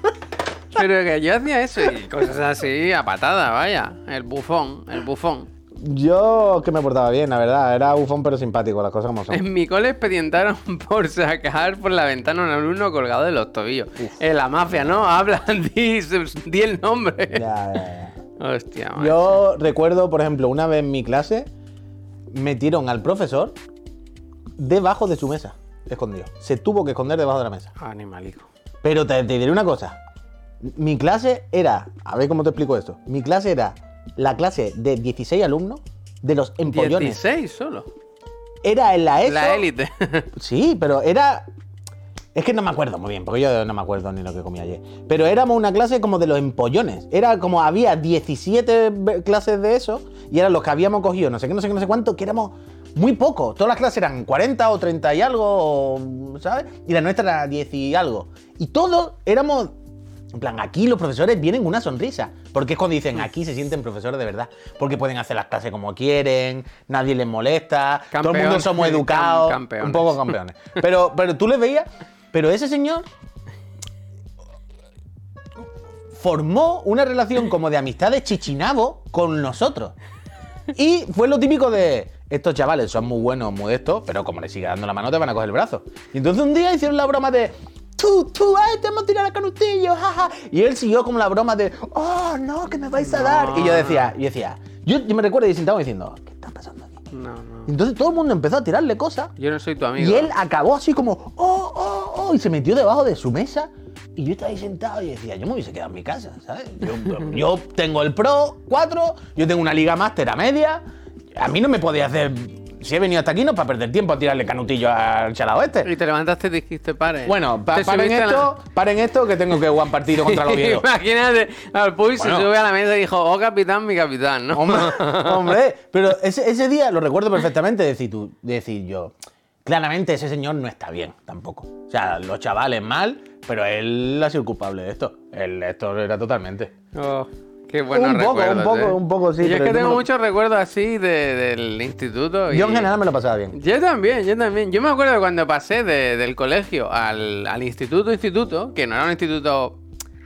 Speaker 2: Pero que yo hacía eso y cosas así a patada, vaya. El bufón, el bufón.
Speaker 1: Yo que me portaba bien, la verdad. Era bufón pero simpático, las cosas como son.
Speaker 2: En mi cole expedientaron por sacar por la ventana a un alumno colgado de los tobillos. En la mafia, ¿no? Hablan, di, di el nombre.
Speaker 1: Ya, ya, ya.
Speaker 2: Hostia, macho.
Speaker 1: Yo recuerdo, por ejemplo, una vez en mi clase metieron al profesor debajo de su mesa, escondido. Se tuvo que esconder debajo de la mesa.
Speaker 2: Animalico.
Speaker 1: Pero te, te diré una cosa. Mi clase era, a ver cómo te explico esto. Mi clase era la clase de 16 alumnos de los empollones.
Speaker 2: 16 solo.
Speaker 1: Era en la ESO.
Speaker 2: La élite.
Speaker 1: Sí, pero era. Es que no me acuerdo muy bien, porque yo no me acuerdo ni lo que comí ayer. Pero éramos una clase como de los empollones. Era como había 17 ve- clases de eso y eran los que habíamos cogido, no sé qué, no sé qué, no sé cuánto, que éramos muy pocos. Todas las clases eran 40 o 30 y algo, o- ¿sabes? Y la nuestra era 10 y algo. Y todos éramos. En plan, aquí los profesores vienen con una sonrisa. Porque es cuando dicen, aquí se sienten profesores de verdad. Porque pueden hacer las clases como quieren, nadie les molesta, todo el mundo
Speaker 2: Campeón.
Speaker 1: somos educados,
Speaker 2: Cam- campeones.
Speaker 1: un poco campeones. Pero, pero tú les veías, pero ese señor formó una relación como de amistad de chichinabo con nosotros. Y fue lo típico de estos chavales son muy buenos, muy estos, pero como le siga dando la mano te van a coger el brazo. Y entonces un día hicieron la broma de tú, tú, ay, te hemos tirado el canutillo, jaja. Y él siguió como la broma de oh, no, que me vais a dar. Y yo decía, yo decía, yo, yo me recuerdo y sentado diciendo, ¿qué está pasando aquí?
Speaker 2: No, no.
Speaker 1: Entonces todo el mundo empezó a tirarle cosas
Speaker 2: Yo no soy tu amigo.
Speaker 1: y él acabó así como, oh, oh, oh, y se metió debajo de su mesa. Y yo estaba ahí sentado y decía, yo me hubiese quedado en mi casa, ¿sabes? Yo, yo tengo el Pro 4, yo tengo una Liga Master a media, A mí no me podía hacer. Si he venido hasta aquí, no es para perder tiempo a tirarle canutillo al chalado este.
Speaker 2: Y te levantaste y dijiste, pare.
Speaker 1: Bueno, pa-
Speaker 2: Te
Speaker 1: paren
Speaker 2: subiste a la-
Speaker 1: esto, paren esto que tengo que jugar un partido contra el Oviedo.
Speaker 2: Imagínate, al Puy
Speaker 1: Bueno.
Speaker 2: se sube a la mesa y dijo, oh capitán, mi capitán, ¿no?
Speaker 1: Hombre, hombre, pero ese, ese día lo recuerdo perfectamente, decir, tú, decir yo, claramente ese señor no está bien tampoco. O sea, los chavales mal, pero él ha sido el culpable de esto. Él, esto era totalmente.
Speaker 2: Oh, qué buenos
Speaker 1: Un poco,
Speaker 2: recuerdos,
Speaker 1: un poco,
Speaker 2: eh.
Speaker 1: un poco, sí,
Speaker 2: Y Yo es
Speaker 1: pero
Speaker 2: que
Speaker 1: no
Speaker 2: tengo
Speaker 1: me lo-
Speaker 2: muchos recuerdos así de- del instituto. y-
Speaker 1: Yo en general me lo pasaba bien.
Speaker 2: Yo también, yo también. Yo me acuerdo cuando pasé de- del colegio al, al instituto, instituto, que no era un instituto.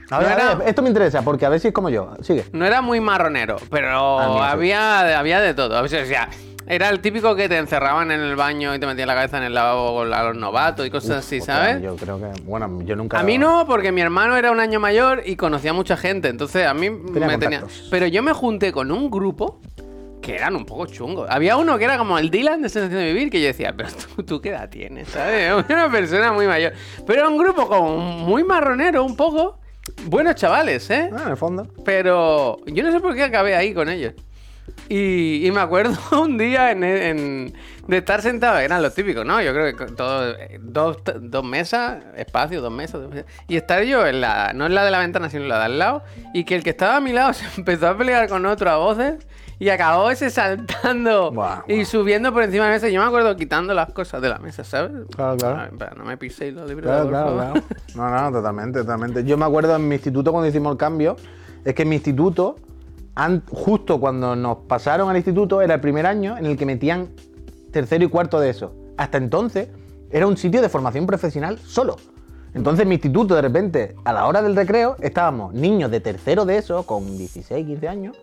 Speaker 1: A ver,
Speaker 2: no,
Speaker 1: a
Speaker 2: era,
Speaker 1: ver, esto me interesa, porque a ver si es como yo. Sigue.
Speaker 2: no era muy marronero, pero
Speaker 1: Ah, mira, sí.
Speaker 2: había, había de todo. O sea, era el típico que te encerraban en el baño y te metían la cabeza en el lavabo con la- los novatos y cosas así,
Speaker 1: Hostia,
Speaker 2: ¿sabes?
Speaker 1: Yo creo que, bueno, yo nunca...
Speaker 2: A mí no, porque mi hermano era un año mayor y conocía mucha gente, entonces a mí me tenía...
Speaker 1: contactos.
Speaker 2: Pero yo me junté con un grupo que eran un poco chungos. Había uno que era como el Dylan de Sensación de Vivir, que yo decía, pero tú, tú qué edad tienes, ¿sabes? Una persona muy mayor. Pero era un grupo como muy marronero, un poco. Buenos chavales, ¿eh?
Speaker 1: Ah, en el fondo.
Speaker 2: Pero yo no sé por qué acabé ahí con ellos. Y, y me acuerdo un día en, en- de estar sentado, eran los típicos, ¿no? Yo creo que con todo, eh, dos, t- dos mesas, espacio, dos mesas, dos mesas. Y estar yo en la, no en la de la ventana, sino en la de al lado. Y que el que estaba a mi lado se empezó a pelear con otro a voces. Y acabó ese saltando
Speaker 1: Buah,
Speaker 2: y subiendo por encima de la mesa. Yo me acuerdo quitando las cosas de la mesa, ¿sabes?
Speaker 1: Claro, claro.
Speaker 2: Ay, espera, no me piséis los libros.
Speaker 1: Claro,
Speaker 2: por
Speaker 1: claro,
Speaker 2: favor.
Speaker 1: claro. No, no, totalmente, totalmente. Yo me acuerdo en mi instituto cuando hicimos el cambio, es que en mi instituto, an- justo cuando nos pasaron al instituto, era el primer año en el que metían tercero y cuarto de eso. Hasta entonces era un sitio de formación profesional solo. Entonces mi instituto de repente, a la hora del recreo, estábamos niños de tercero de eso, con 16, 15 años,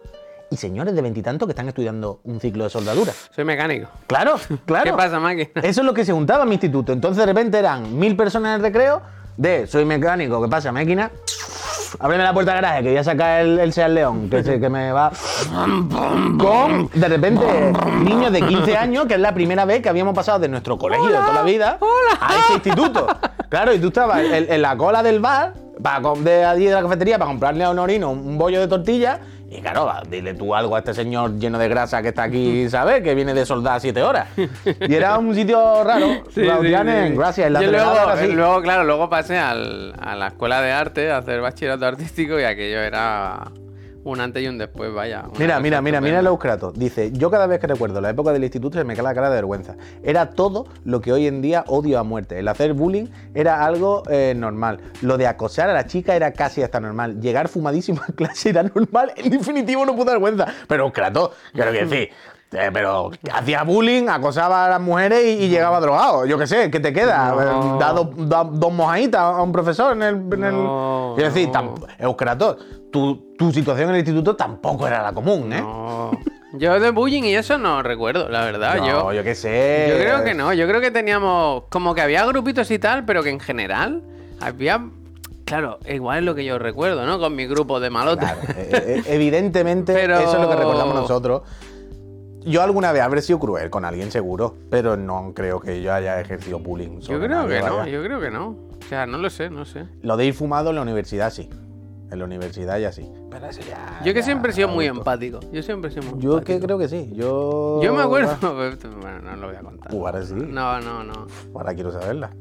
Speaker 1: y señores de veintitantos que están estudiando un ciclo de soldadura.
Speaker 2: Soy mecánico.
Speaker 1: Claro, claro.
Speaker 2: ¿Qué pasa, máquina?
Speaker 1: Eso es lo que se juntaba en mi instituto. Entonces de repente eran mil personas en el recreo de soy mecánico, ¿qué pasa, máquina? Ábreme la puerta del garaje, que voy a sacar el, el Seat León, que, se- que me va... Con, de repente, niños de 15 años, que es la primera vez que habíamos pasado de nuestro colegio de toda la vida a ese instituto. Claro, y tú estabas en, en la cola del bar, para com- de allí de la cafetería, para comprarle a Honorino un, un bollo de tortilla, y claro, va, dile tú algo a este señor lleno de grasa que está aquí, ¿sabes? Que viene de soldar siete horas. Y era un sitio raro.
Speaker 2: Sí,
Speaker 1: Laudianes,
Speaker 2: sí, sí, sí.
Speaker 1: gracias. El
Speaker 2: Yo
Speaker 1: lateral
Speaker 2: luego, eh,
Speaker 1: era así.
Speaker 2: luego, claro, luego pasé al- a la escuela de arte a hacer bachillerato artístico y aquello era un antes y un después, vaya. una
Speaker 1: Mira, mira,
Speaker 2: cosa
Speaker 1: mira, mira el
Speaker 2: estupenda.
Speaker 1: Euskratos. Dice, yo cada vez que recuerdo la época del instituto se me cae la cara de vergüenza. Era todo lo que hoy en día odio a muerte. El hacer bullying era algo eh, normal. Lo de acosar a la chica era casi hasta normal. Llegar fumadísimo a clase era normal. En definitivo no puta vergüenza. Pero Euskratos, quiero que decir. eh, pero hacía bullying, acosaba a las mujeres y, y llegaba drogado. Yo qué sé, ¿qué te queda?
Speaker 2: No.
Speaker 1: Eh, da dos- da dos mojaditas a un profesor en el. en el-
Speaker 2: No,
Speaker 1: Quiero decir,
Speaker 2: no.
Speaker 1: tampoco. Euskratos, eh, tu, tu situación en el instituto tampoco era la común, ¿eh?
Speaker 2: No. Yo de bullying y eso no recuerdo, la verdad.
Speaker 1: No,
Speaker 2: yo,
Speaker 1: yo, qué sé.
Speaker 2: Yo creo que no, yo creo que teníamos. Como que había grupitos y tal, pero que en general había. Claro, igual es lo que yo recuerdo, ¿no? Con mi grupo de malotes.
Speaker 1: Claro, eh, eh, evidentemente,
Speaker 2: Pero-
Speaker 1: eso es lo que recordamos nosotros. Yo alguna vez habré sido cruel con alguien, seguro, pero no creo que yo haya ejercido bullying.
Speaker 2: yo
Speaker 1: sobre
Speaker 2: creo
Speaker 1: nadie,
Speaker 2: que no,
Speaker 1: vaya.
Speaker 2: yo creo que no. O sea, no lo sé, no sé.
Speaker 1: Lo de ir fumado en la universidad sí. En la universidad ya sí. Pero eso ya.
Speaker 2: Yo que
Speaker 1: ya,
Speaker 2: siempre he sido muy
Speaker 1: adulto.
Speaker 2: empático. Yo siempre he sido muy
Speaker 1: Yo
Speaker 2: empático.
Speaker 1: que creo que sí. Yo.
Speaker 2: Yo me acuerdo. Bueno, no lo voy a contar.
Speaker 1: Uh, ahora sí.
Speaker 2: No, no, no.
Speaker 1: Ahora quiero saberla.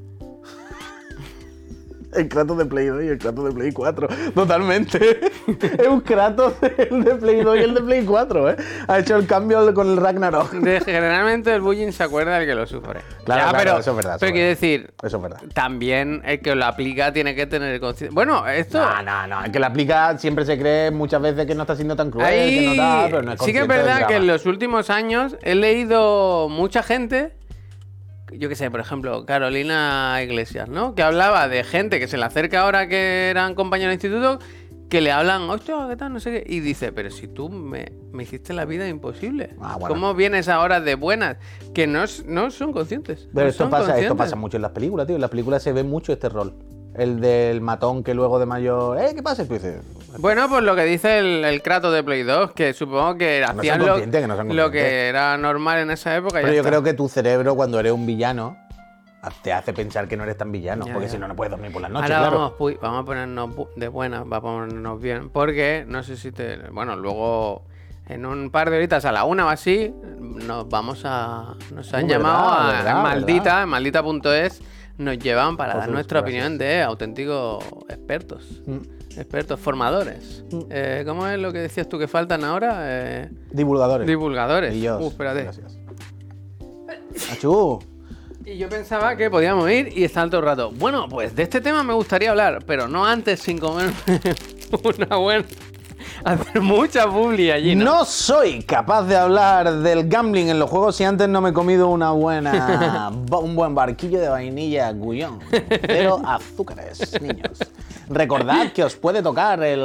Speaker 1: El Kratos de Play 2 y el Kratos de Play 4. Totalmente. Es un Kratos el de Play 2 y el de Play 4, ¿eh? Ha hecho el cambio con el Ragnarok.
Speaker 2: De- generalmente el bullying se acuerda del que lo sufre.
Speaker 1: Claro, claro,
Speaker 2: pero,
Speaker 1: eso es verdad, eso
Speaker 2: Pero
Speaker 1: es
Speaker 2: quiero decir,
Speaker 1: Eso es verdad.
Speaker 2: también el que lo aplica tiene que tener conciencia. Bueno, esto.
Speaker 1: No, no, no. El que la aplica siempre se cree muchas veces que no está siendo tan cruel, que
Speaker 2: ahí
Speaker 1: no da, pero no es
Speaker 2: sí que es
Speaker 1: consciente del
Speaker 2: verdad que en
Speaker 1: drama.
Speaker 2: los últimos años he leído mucha gente. Yo qué sé, por ejemplo, Carolina Iglesias, ¿no? Que hablaba de gente que se le acerca ahora que eran compañeros de instituto, que le hablan, hostia, ¿qué tal? No sé qué. Y dice, pero si tú me, me hiciste la vida imposible.
Speaker 1: Ah, bueno.
Speaker 2: ¿Cómo vienes ahora de buenas? Que no, es- no son conscientes.
Speaker 1: Pero
Speaker 2: no
Speaker 1: esto
Speaker 2: son
Speaker 1: pasa, esto
Speaker 2: conscientes.
Speaker 1: pasa mucho en las películas, tío. En las películas se ve mucho este rol. El del matón que luego de mayor. ¿Eh? ¿Qué pasa? Y tú dices,
Speaker 2: Bueno, pues lo que dice el, el Kratos de Play 2, que supongo que
Speaker 1: son
Speaker 2: hacían lo,
Speaker 1: conscientes, que no son
Speaker 2: lo
Speaker 1: conscientes.
Speaker 2: que era normal en esa época. y
Speaker 1: Pero
Speaker 2: ya
Speaker 1: yo
Speaker 2: está.
Speaker 1: creo que tu cerebro, cuando eres un villano, te hace pensar que no eres tan villano,
Speaker 2: Ya,
Speaker 1: porque
Speaker 2: ya.
Speaker 1: si no, no puedes dormir por las noches,
Speaker 2: Ahora
Speaker 1: claro.
Speaker 2: vamos, pu- vamos a ponernos bu- de buenas, va a ponernos bien, porque no sé si te... Bueno, luego En un par de horitas, a la una o así, nos vamos a. Nos han
Speaker 1: Uh,
Speaker 2: llamado
Speaker 1: verdad,
Speaker 2: a
Speaker 1: verdad,
Speaker 2: en
Speaker 1: verdad.
Speaker 2: Maldita, en maldita.es, nos llevan para
Speaker 1: Por
Speaker 2: dar
Speaker 1: sus
Speaker 2: nuestra
Speaker 1: gracias. Mm.
Speaker 2: opinión de auténticos expertos. Expertos, formadores. Eh, ¿Cómo es lo que decías tú que faltan ahora? Eh,
Speaker 1: Divulgadores.
Speaker 2: divulgadores.
Speaker 1: Y yo.
Speaker 2: Uh, espérate.
Speaker 1: Gracias. Achú.
Speaker 2: Y yo pensaba que podíamos ir y estar todo el rato. Bueno, pues de este tema me gustaría hablar, pero no antes sin comer una buena. Hacer mucha publi allí, ¿no?
Speaker 1: No soy capaz de hablar del gambling en los juegos si antes no me he comido una buena, ba- un buen barquillo de vainilla gullón. Pero azúcares, niños. Recordad que os puede tocar el,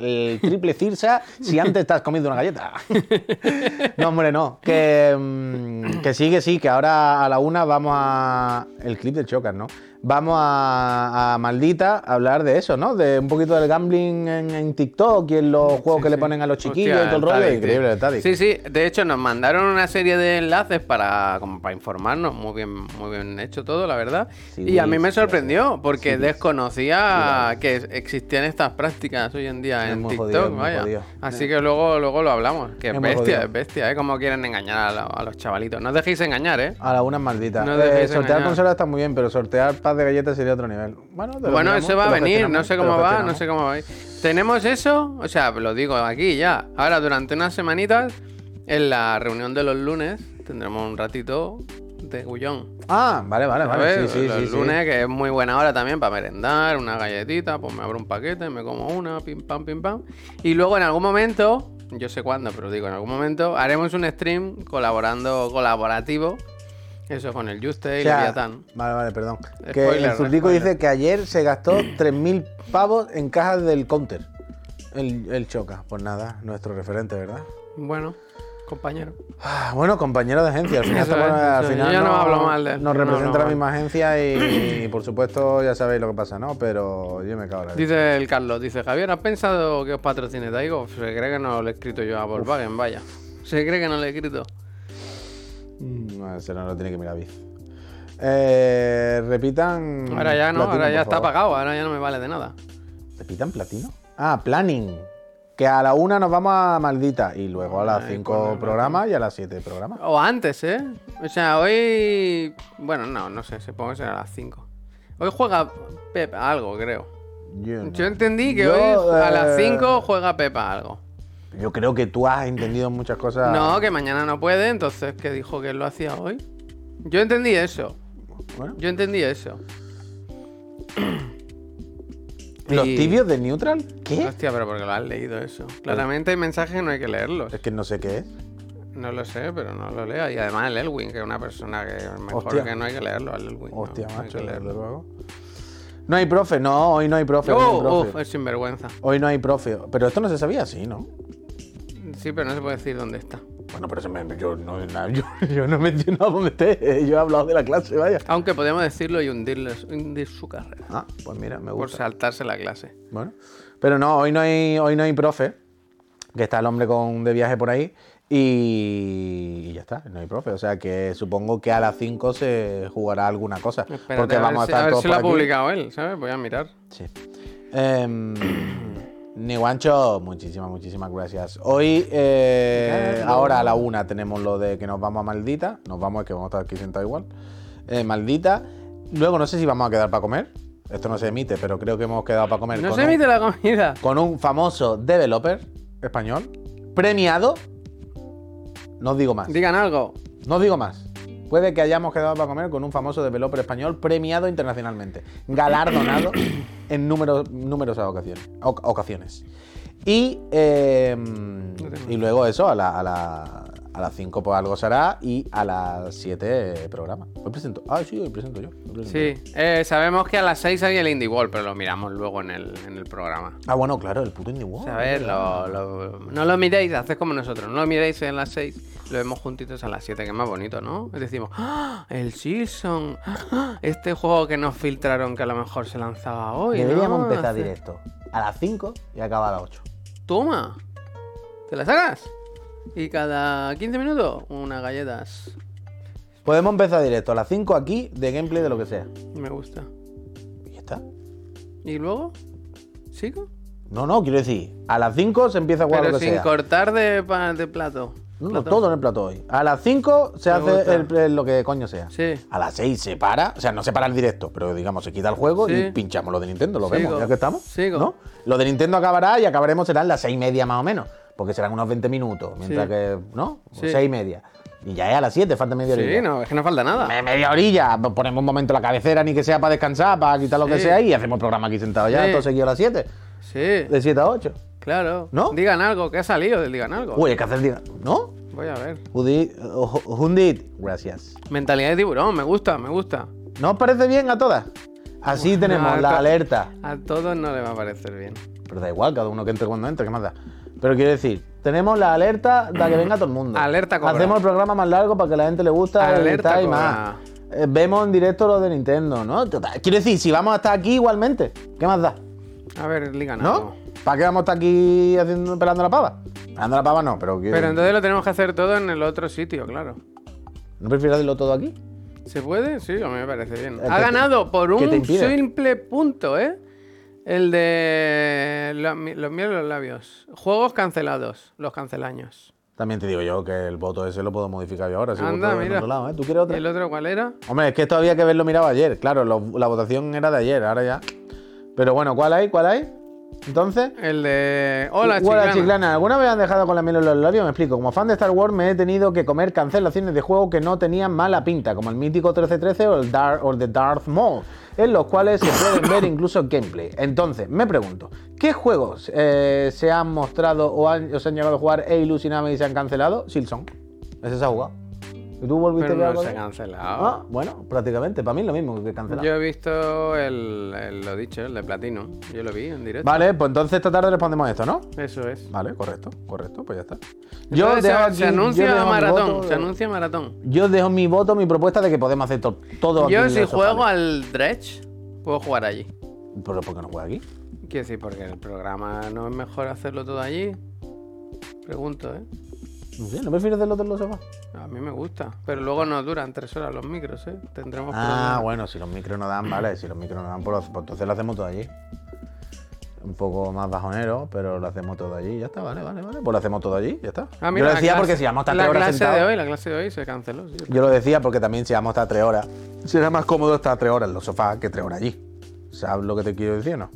Speaker 1: el triple cirsa si antes te has comido una galleta. No, hombre, no. Que, mm, que sí, que sí, que ahora a la una vamos a. El clip de Chocas, ¿no? Vamos a, a Maldita a hablar de eso, ¿no? De un poquito del gambling en, en TikTok y en los juegos que le ponen a los chiquillos y todo
Speaker 2: Hostia,
Speaker 1: el
Speaker 2: está
Speaker 1: rollo.
Speaker 2: adictivo.
Speaker 1: Increíble, está adictivo.
Speaker 2: Sí, sí. De hecho, nos mandaron una serie de enlaces para, como para informarnos. Muy bien, muy bien hecho todo, la verdad.
Speaker 1: Sí,
Speaker 2: y a mí
Speaker 1: sí,
Speaker 2: me
Speaker 1: sí.
Speaker 2: sorprendió porque desconocía que existían estas prácticas hoy en día
Speaker 1: Es
Speaker 2: en
Speaker 1: muy
Speaker 2: TikTok.
Speaker 1: jodido, es muy
Speaker 2: vaya.
Speaker 1: jodido.
Speaker 2: Así que luego, luego lo hablamos. Que es,
Speaker 1: Es muy
Speaker 2: bestia,
Speaker 1: jodido.
Speaker 2: es bestia, ¿eh? Como quieren engañar a, la- a los chavalitos. No os dejéis engañar, ¿eh?
Speaker 1: A la una es maldita.
Speaker 2: No
Speaker 1: Eh,
Speaker 2: dejéis
Speaker 1: sortear
Speaker 2: engañar.
Speaker 1: consolas está muy bien, pero sortear paz de galletas sería otro nivel. Bueno, te lo
Speaker 2: Bueno,
Speaker 1: miramos,
Speaker 2: eso va a
Speaker 1: te lo
Speaker 2: venir, no
Speaker 1: gestionamos,
Speaker 2: sé
Speaker 1: te lo
Speaker 2: cómo va, no
Speaker 1: gestionamos.
Speaker 2: sé cómo va. Tenemos eso, o sea, lo digo aquí ya. Ahora, durante unas semanitas, en la reunión de los lunes, tendremos un ratito de gullón.
Speaker 1: Ah, vale, vale, vale.
Speaker 2: ¿sabes?
Speaker 1: sí, sí,
Speaker 2: los
Speaker 1: sí, sí.
Speaker 2: lunes, que es muy buena hora también para merendar, una galletita, pues me abro un paquete, me como una, pim pam, pim pam. Y luego en algún momento, yo sé cuándo, pero digo en algún momento, haremos un stream colaborando, colaborativo. Eso con el Juste y
Speaker 1: O sea,
Speaker 2: Leviatán.
Speaker 1: Vale, vale, perdón. que
Speaker 2: Spoiler,
Speaker 1: el Zurrico
Speaker 2: spoiler.
Speaker 1: dice que ayer se gastó 3.000 pavos en cajas del counter. El, el Choca, pues nada, nuestro referente, ¿verdad?
Speaker 2: Bueno, compañero.
Speaker 1: Ah, Bueno, compañero de agencia, al final,
Speaker 2: Eso es,
Speaker 1: estamos- al
Speaker 2: eso es.
Speaker 1: final
Speaker 2: Yo no
Speaker 1: nos-
Speaker 2: hablo mal de-
Speaker 1: nos
Speaker 2: no hablo
Speaker 1: representa la
Speaker 2: mal.
Speaker 1: misma agencia y, y, por supuesto ya sabéis lo que pasa, ¿no? Pero yo me cago en la leche.
Speaker 2: Dice el Carlos, dice Javier, ¿has pensado que os patrocine Taigo? Se cree que no lo he escrito yo a Volkswagen, vaya. Se cree que no lo he escrito.
Speaker 1: No, Mm, ese no lo tiene que mirar Biz. Eh, repitan.
Speaker 2: Ahora ya no,
Speaker 1: platino,
Speaker 2: ahora ya
Speaker 1: por
Speaker 2: está
Speaker 1: favor.
Speaker 2: pagado, ahora ya no me vale de nada.
Speaker 1: ¿Repitan platino? Ah, planning. Que a la una nos vamos a maldita. Y luego a las
Speaker 2: Ay,
Speaker 1: 5 programas y a las 7 programas.
Speaker 2: O antes, ¿eh? O sea, hoy... Bueno, no, no sé, supongo que será a las 5. Hoy juega Pepa algo, creo.
Speaker 1: Yo, no.
Speaker 2: Yo entendí que
Speaker 1: Yo,
Speaker 2: hoy a las
Speaker 1: eh,
Speaker 2: 5 juega Pepa algo.
Speaker 1: Yo creo que tú has entendido muchas cosas.
Speaker 2: No, que mañana no puede, entonces que dijo que lo hacía hoy. Yo entendí eso,
Speaker 1: Bueno,
Speaker 2: yo entendí eso.
Speaker 1: ¿Los
Speaker 2: y-
Speaker 1: tibios de Neutral? ¿Qué?
Speaker 2: Hostia, pero porque lo has leído eso. Claramente hay mensajes que no hay que leerlos.
Speaker 1: Es que no sé qué es.
Speaker 2: No lo sé, pero no lo leo. Y además el Elwin, que es una persona que mejor
Speaker 1: Hostia.
Speaker 2: que no hay que leerlo al Elwin. no,
Speaker 1: Hostia,
Speaker 2: no, hay
Speaker 1: macho,
Speaker 2: que
Speaker 1: desde
Speaker 2: leerlo.
Speaker 1: luego. No hay profe, no, hoy no hay profe. hoy no hay
Speaker 2: Oh,
Speaker 1: profe.
Speaker 2: uf, es sinvergüenza.
Speaker 1: Hoy no hay profe. Pero esto no se sabía, sí, ¿no?
Speaker 2: Sí, pero no se puede decir dónde está.
Speaker 1: Bueno, pero eso me- yo, no, na- yo, yo no he mencionado dónde esté. Yo he hablado de la clase, vaya.
Speaker 2: Aunque podemos decirlo y hundirles, hundir su carrera.
Speaker 1: Ah, pues mira, me
Speaker 2: Por
Speaker 1: gusta.
Speaker 2: saltarse la clase.
Speaker 1: Bueno, pero no, hoy no hay, hoy no hay profe, que está el hombre con de viaje por ahí y, y ya está, no hay profe, o sea que supongo que a las 5 se jugará alguna cosa,
Speaker 2: Espérate,
Speaker 1: porque
Speaker 2: a ver,
Speaker 1: vamos a
Speaker 2: si-
Speaker 1: estar
Speaker 2: a ver
Speaker 1: todos
Speaker 2: si lo ha
Speaker 1: por aquí.
Speaker 2: publicado él, ¿sabes? Voy a mirar.
Speaker 1: Sí. Em, Niwancho, muchísimas, muchísimas gracias. Hoy, eh, ahora a la una tenemos lo de que nos vamos a Maldita. Nos vamos, es que vamos a estar aquí sentados igual. Eh, Maldita. Luego no sé si vamos a quedar para comer. Esto no se emite, pero creo que hemos quedado para comer.
Speaker 2: No
Speaker 1: con
Speaker 2: se
Speaker 1: un-
Speaker 2: emite la comida.
Speaker 1: con un famoso developer español premiado. No os digo más.
Speaker 2: Digan algo.
Speaker 1: No os digo más. Puede que hayamos quedado para comer con un famoso developer español premiado internacionalmente, galardonado en números, numerosas ocasiones. oc- ocasiones. Y, eh, y luego eso, a la- a la- a las 5 pues algo será y a las 7 eh, programa. Hoy presento. Ah, sí, hoy presento yo. hoy presento
Speaker 2: Sí, eh, sabemos que a las 6 había el Indie Wall, pero lo miramos luego en el, en el programa.
Speaker 1: yo. Ah, bueno, claro, el puto Indie World.
Speaker 2: A ver, lo- lo- no lo miréis, haced como nosotros, no lo miréis en las 6, lo vemos juntitos a las 7, que es más bonito, ¿no? Decimos, ¡Ah! El Season, ¡Ah! este juego que nos filtraron que a lo mejor se lanzaba hoy. ¿no?
Speaker 1: Deberíamos empezar
Speaker 2: Hace-
Speaker 1: directo a las 5 y acabar a las 8.
Speaker 2: Toma, ¿te la sacas? Y cada 15 minutos, unas galletas.
Speaker 1: Podemos empezar directo a las 5 aquí de gameplay de lo que sea.
Speaker 2: Me gusta.
Speaker 1: Y ya está.
Speaker 2: ¿Y luego? ¿Sigo?
Speaker 1: No, no, quiero decir, a las 5 se empieza a jugar
Speaker 2: Pero
Speaker 1: lo que
Speaker 2: sin
Speaker 1: sea.
Speaker 2: cortar de, pa- de plato.
Speaker 1: No,
Speaker 2: Plato.
Speaker 1: todo en el plato hoy. A las 5 se hace
Speaker 2: gusta.
Speaker 1: el, el- lo que coño sea.
Speaker 2: Sí.
Speaker 1: A las 6 se para, o sea, no se para el directo, pero digamos, se quita el juego
Speaker 2: Sí.
Speaker 1: y pinchamos lo de Nintendo, lo
Speaker 2: Sigo,
Speaker 1: vemos, ya que estamos.
Speaker 2: sigo.
Speaker 1: ¿no? Lo de Nintendo acabará y acabaremos serán las 6 y media más o menos, porque serán unos 20 minutos, mientras
Speaker 2: Sí.
Speaker 1: que, ¿no?
Speaker 2: Sí.
Speaker 1: 6 y media. Y ya es a las 7, falta media hora.
Speaker 2: Sí, no, es que no falta nada.
Speaker 1: Me- media orilla, pues ponemos un momento la cabecera, ni que sea para descansar, para quitar lo que
Speaker 2: Sí.
Speaker 1: sea, y hacemos programa aquí sentado ya,
Speaker 2: Sí.
Speaker 1: entonces seguido a las 7,
Speaker 2: Sí,
Speaker 1: de 7 a 8.
Speaker 2: claro.
Speaker 1: ¿No?
Speaker 2: Digan algo, que ha salido, digan algo.
Speaker 1: Uy, hay que hacer. día- ¿No?
Speaker 2: Voy a ver.
Speaker 1: Judí- uh, Jundit, gracias.
Speaker 2: Mentalidad de tiburón, me gusta, me gusta.
Speaker 1: ¿No os parece bien a todas? Así tenemos
Speaker 2: no,
Speaker 1: la
Speaker 2: to-
Speaker 1: alerta.
Speaker 2: A todos no le va a parecer bien.
Speaker 1: Pero da igual, cada uno que entre cuando entre, ¿qué más da? Pero quiero decir, tenemos la alerta de que venga todo el mundo.
Speaker 2: Alerta cobra.
Speaker 1: Hacemos el programa más largo para que la gente le gusta
Speaker 2: Alerta
Speaker 1: alerta y
Speaker 2: cobra.
Speaker 1: más. Eh, Vemos en directo lo de Nintendo, ¿no? Total, Quiero decir, si vamos a estar aquí igualmente, ¿qué más da?
Speaker 2: A ver, digan
Speaker 1: ¿No?
Speaker 2: algo.
Speaker 1: ¿Para qué vamos a estar aquí haciendo, pelando la pava? Pelando la pava no, pero quiero
Speaker 2: Pero entonces lo tenemos que hacer todo en el otro sitio, claro.
Speaker 1: ¿No prefiero hacerlo todo aquí?
Speaker 2: ¿Se puede? Sí, a mí me parece bien.
Speaker 1: Eh, ¿qué
Speaker 2: Ha
Speaker 1: te-
Speaker 2: ganado por
Speaker 1: qué te
Speaker 2: un
Speaker 1: impide?
Speaker 2: simple punto, ¿eh? El de la- mi- los mielos los labios. Juegos cancelados, los cancelaños.
Speaker 1: También te digo yo que el voto ese lo puedo modificar yo ahora. Si
Speaker 2: Anda,
Speaker 1: voto en
Speaker 2: mira.
Speaker 1: otro lado, ¿eh? ¿Tú quieres
Speaker 2: ¿Y
Speaker 1: otra?
Speaker 2: el otro cuál era?
Speaker 1: Hombre, es que esto había que haberlo mirado ayer. Claro, lo- la votación era de ayer, ahora ya. Pero bueno, ¿cuál hay? ¿Cuál hay? Entonces.
Speaker 2: El de... Hola,
Speaker 1: Hola,
Speaker 2: chiclana.
Speaker 1: chiclana. ¿Alguna vez han dejado con la miel en los labios? Me explico. Como fan de Star Wars me he tenido que comer cancelaciones de juegos que no tenían mala pinta, como el mítico 1313 o el, Dark, o el de Darth Maul, en los cuales se pueden ver incluso gameplay. Entonces, me pregunto, ¿qué juegos eh, se han mostrado o, han, os han llegado a jugar e ilusionado y se han cancelado? Silson. Ese se ha jugado. ¿Y tú volviste
Speaker 2: Pero
Speaker 1: a ver
Speaker 2: no
Speaker 1: algo
Speaker 2: se ha
Speaker 1: de-
Speaker 2: cancelado.
Speaker 1: Ah, bueno, prácticamente. Para mí es lo mismo que cancelar.
Speaker 2: Yo he visto el, el- lo dicho, el de platino. Yo lo vi en directo.
Speaker 1: Vale, pues entonces esta tarde respondemos esto, ¿no?
Speaker 2: Eso es.
Speaker 1: Vale, correcto, correcto, pues ya está.
Speaker 2: Entonces, se,
Speaker 1: dejo
Speaker 2: se
Speaker 1: aquí- yo
Speaker 2: anuncia
Speaker 1: dejo mi
Speaker 2: maratón.
Speaker 1: voto-
Speaker 2: Se anuncia maratón.
Speaker 1: Yo dejo mi voto, mi propuesta de que podemos hacer to- todo aquí
Speaker 2: Yo
Speaker 1: en
Speaker 2: si
Speaker 1: los
Speaker 2: juego
Speaker 1: sofás.
Speaker 2: al Dredge, puedo jugar allí.
Speaker 1: Pero ¿por qué no juega aquí?
Speaker 2: Quiero decir, porque el programa no es mejor hacerlo todo allí. Pregunto, ¿eh?
Speaker 1: No sé, ¿no prefieres hacerlo en los sofás?
Speaker 2: A mí me gusta. Pero luego nos duran tres horas los micros, ¿eh? Tendremos
Speaker 1: Ah,
Speaker 2: problemas.
Speaker 1: bueno, si los micros no dan, vale, si los micros no dan, pues, lo- pues entonces lo hacemos todo allí. Un poco más bajonero, pero lo hacemos todo allí, ya está, vale, vale, vale. Pues lo hacemos todo allí, ya está.
Speaker 2: Ah,
Speaker 1: Yo
Speaker 2: mira,
Speaker 1: lo
Speaker 2: la
Speaker 1: decía
Speaker 2: clase-
Speaker 1: porque si vamos a estar
Speaker 2: la
Speaker 1: tres horas
Speaker 2: clase
Speaker 1: sentados-
Speaker 2: de hoy, la clase de hoy se canceló. sí.
Speaker 1: Yo lo decía porque también si vamos a estar tres horas, será más cómodo estar tres horas en los sofás que tres horas allí. ¿Sabes lo que te quiero decir o no?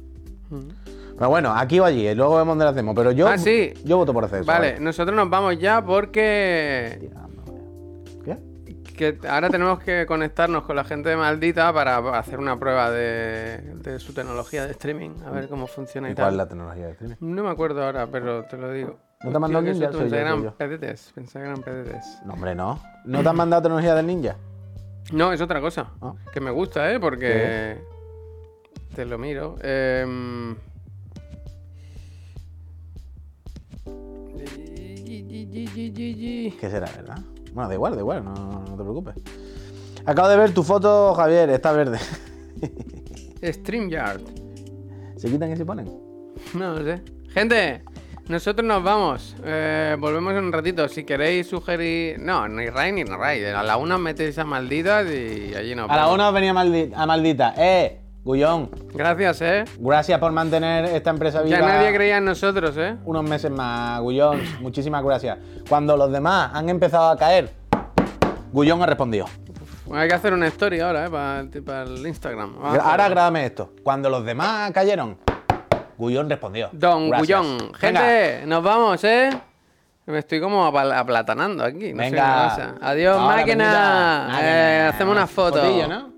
Speaker 1: Pero bueno, aquí o allí, luego vemos dónde lo hacemos. Pero yo,
Speaker 2: Ah, sí.
Speaker 1: yo voto por hacer eso.
Speaker 2: Vale, nosotros nos vamos ya porque
Speaker 1: vale. ¿Qué?
Speaker 2: que ahora tenemos que conectarnos con la gente de maldita para hacer una prueba de, de su tecnología de streaming, a ver cómo funciona y,
Speaker 1: ¿Y cuál es
Speaker 2: tal.
Speaker 1: la tecnología de streaming?
Speaker 2: No me acuerdo ahora, pero te lo digo.
Speaker 1: ¿No te ha mandado
Speaker 2: Hostia, que
Speaker 1: Ninja? Soy yo,
Speaker 2: eso pensé que
Speaker 1: soy yo.
Speaker 2: eran PDTs, pensé que eran PDTs.
Speaker 1: No, hombre, no. ¿No te han mandado tecnología del ninja?
Speaker 2: No, es otra cosa.
Speaker 1: Ah.
Speaker 2: Que me gusta, ¿eh? Porque. Te lo miro. Em,
Speaker 1: ¿Qué será, verdad? Bueno, da igual, da igual, no, no te preocupes. Acabo de ver tu foto, Javier, está verde.
Speaker 2: StreamYard.
Speaker 1: ¿Se quitan y se ponen?
Speaker 2: No lo sé. Gente, nosotros nos vamos. Eh, volvemos en un ratito. Si queréis sugerir. No, ni Ray ni Ray. A la una os metéis a malditas y allí nos
Speaker 1: A la
Speaker 2: vemos.
Speaker 1: una os venía maldi- a maldita. ¡Eh! Gullón,
Speaker 2: Gracias, ¿eh?
Speaker 1: gracias por mantener esta empresa viva.
Speaker 2: Ya nadie creía en nosotros, ¿eh?
Speaker 1: unos meses más, Gullón. Muchísimas gracias. Cuando los demás han empezado a caer, Gullón ha respondido.
Speaker 2: Hay que hacer una story ahora, ¿eh? Para el Instagram. Vamos a hacer-
Speaker 1: Ahora grábame esto. Cuando los demás cayeron, Gullón respondió.
Speaker 2: Don
Speaker 1: Gracias.
Speaker 2: Gullón.
Speaker 1: Venga.
Speaker 2: Gente, nos vamos, ¿eh? Me estoy como apal- aplatanando aquí. No
Speaker 1: Venga.
Speaker 2: sé qué me pasa. Adiós,
Speaker 1: Ahora,
Speaker 2: máquina.
Speaker 1: bendita. Máquina.
Speaker 2: Eh, hacemos una foto.
Speaker 1: Fotillo, ¿no?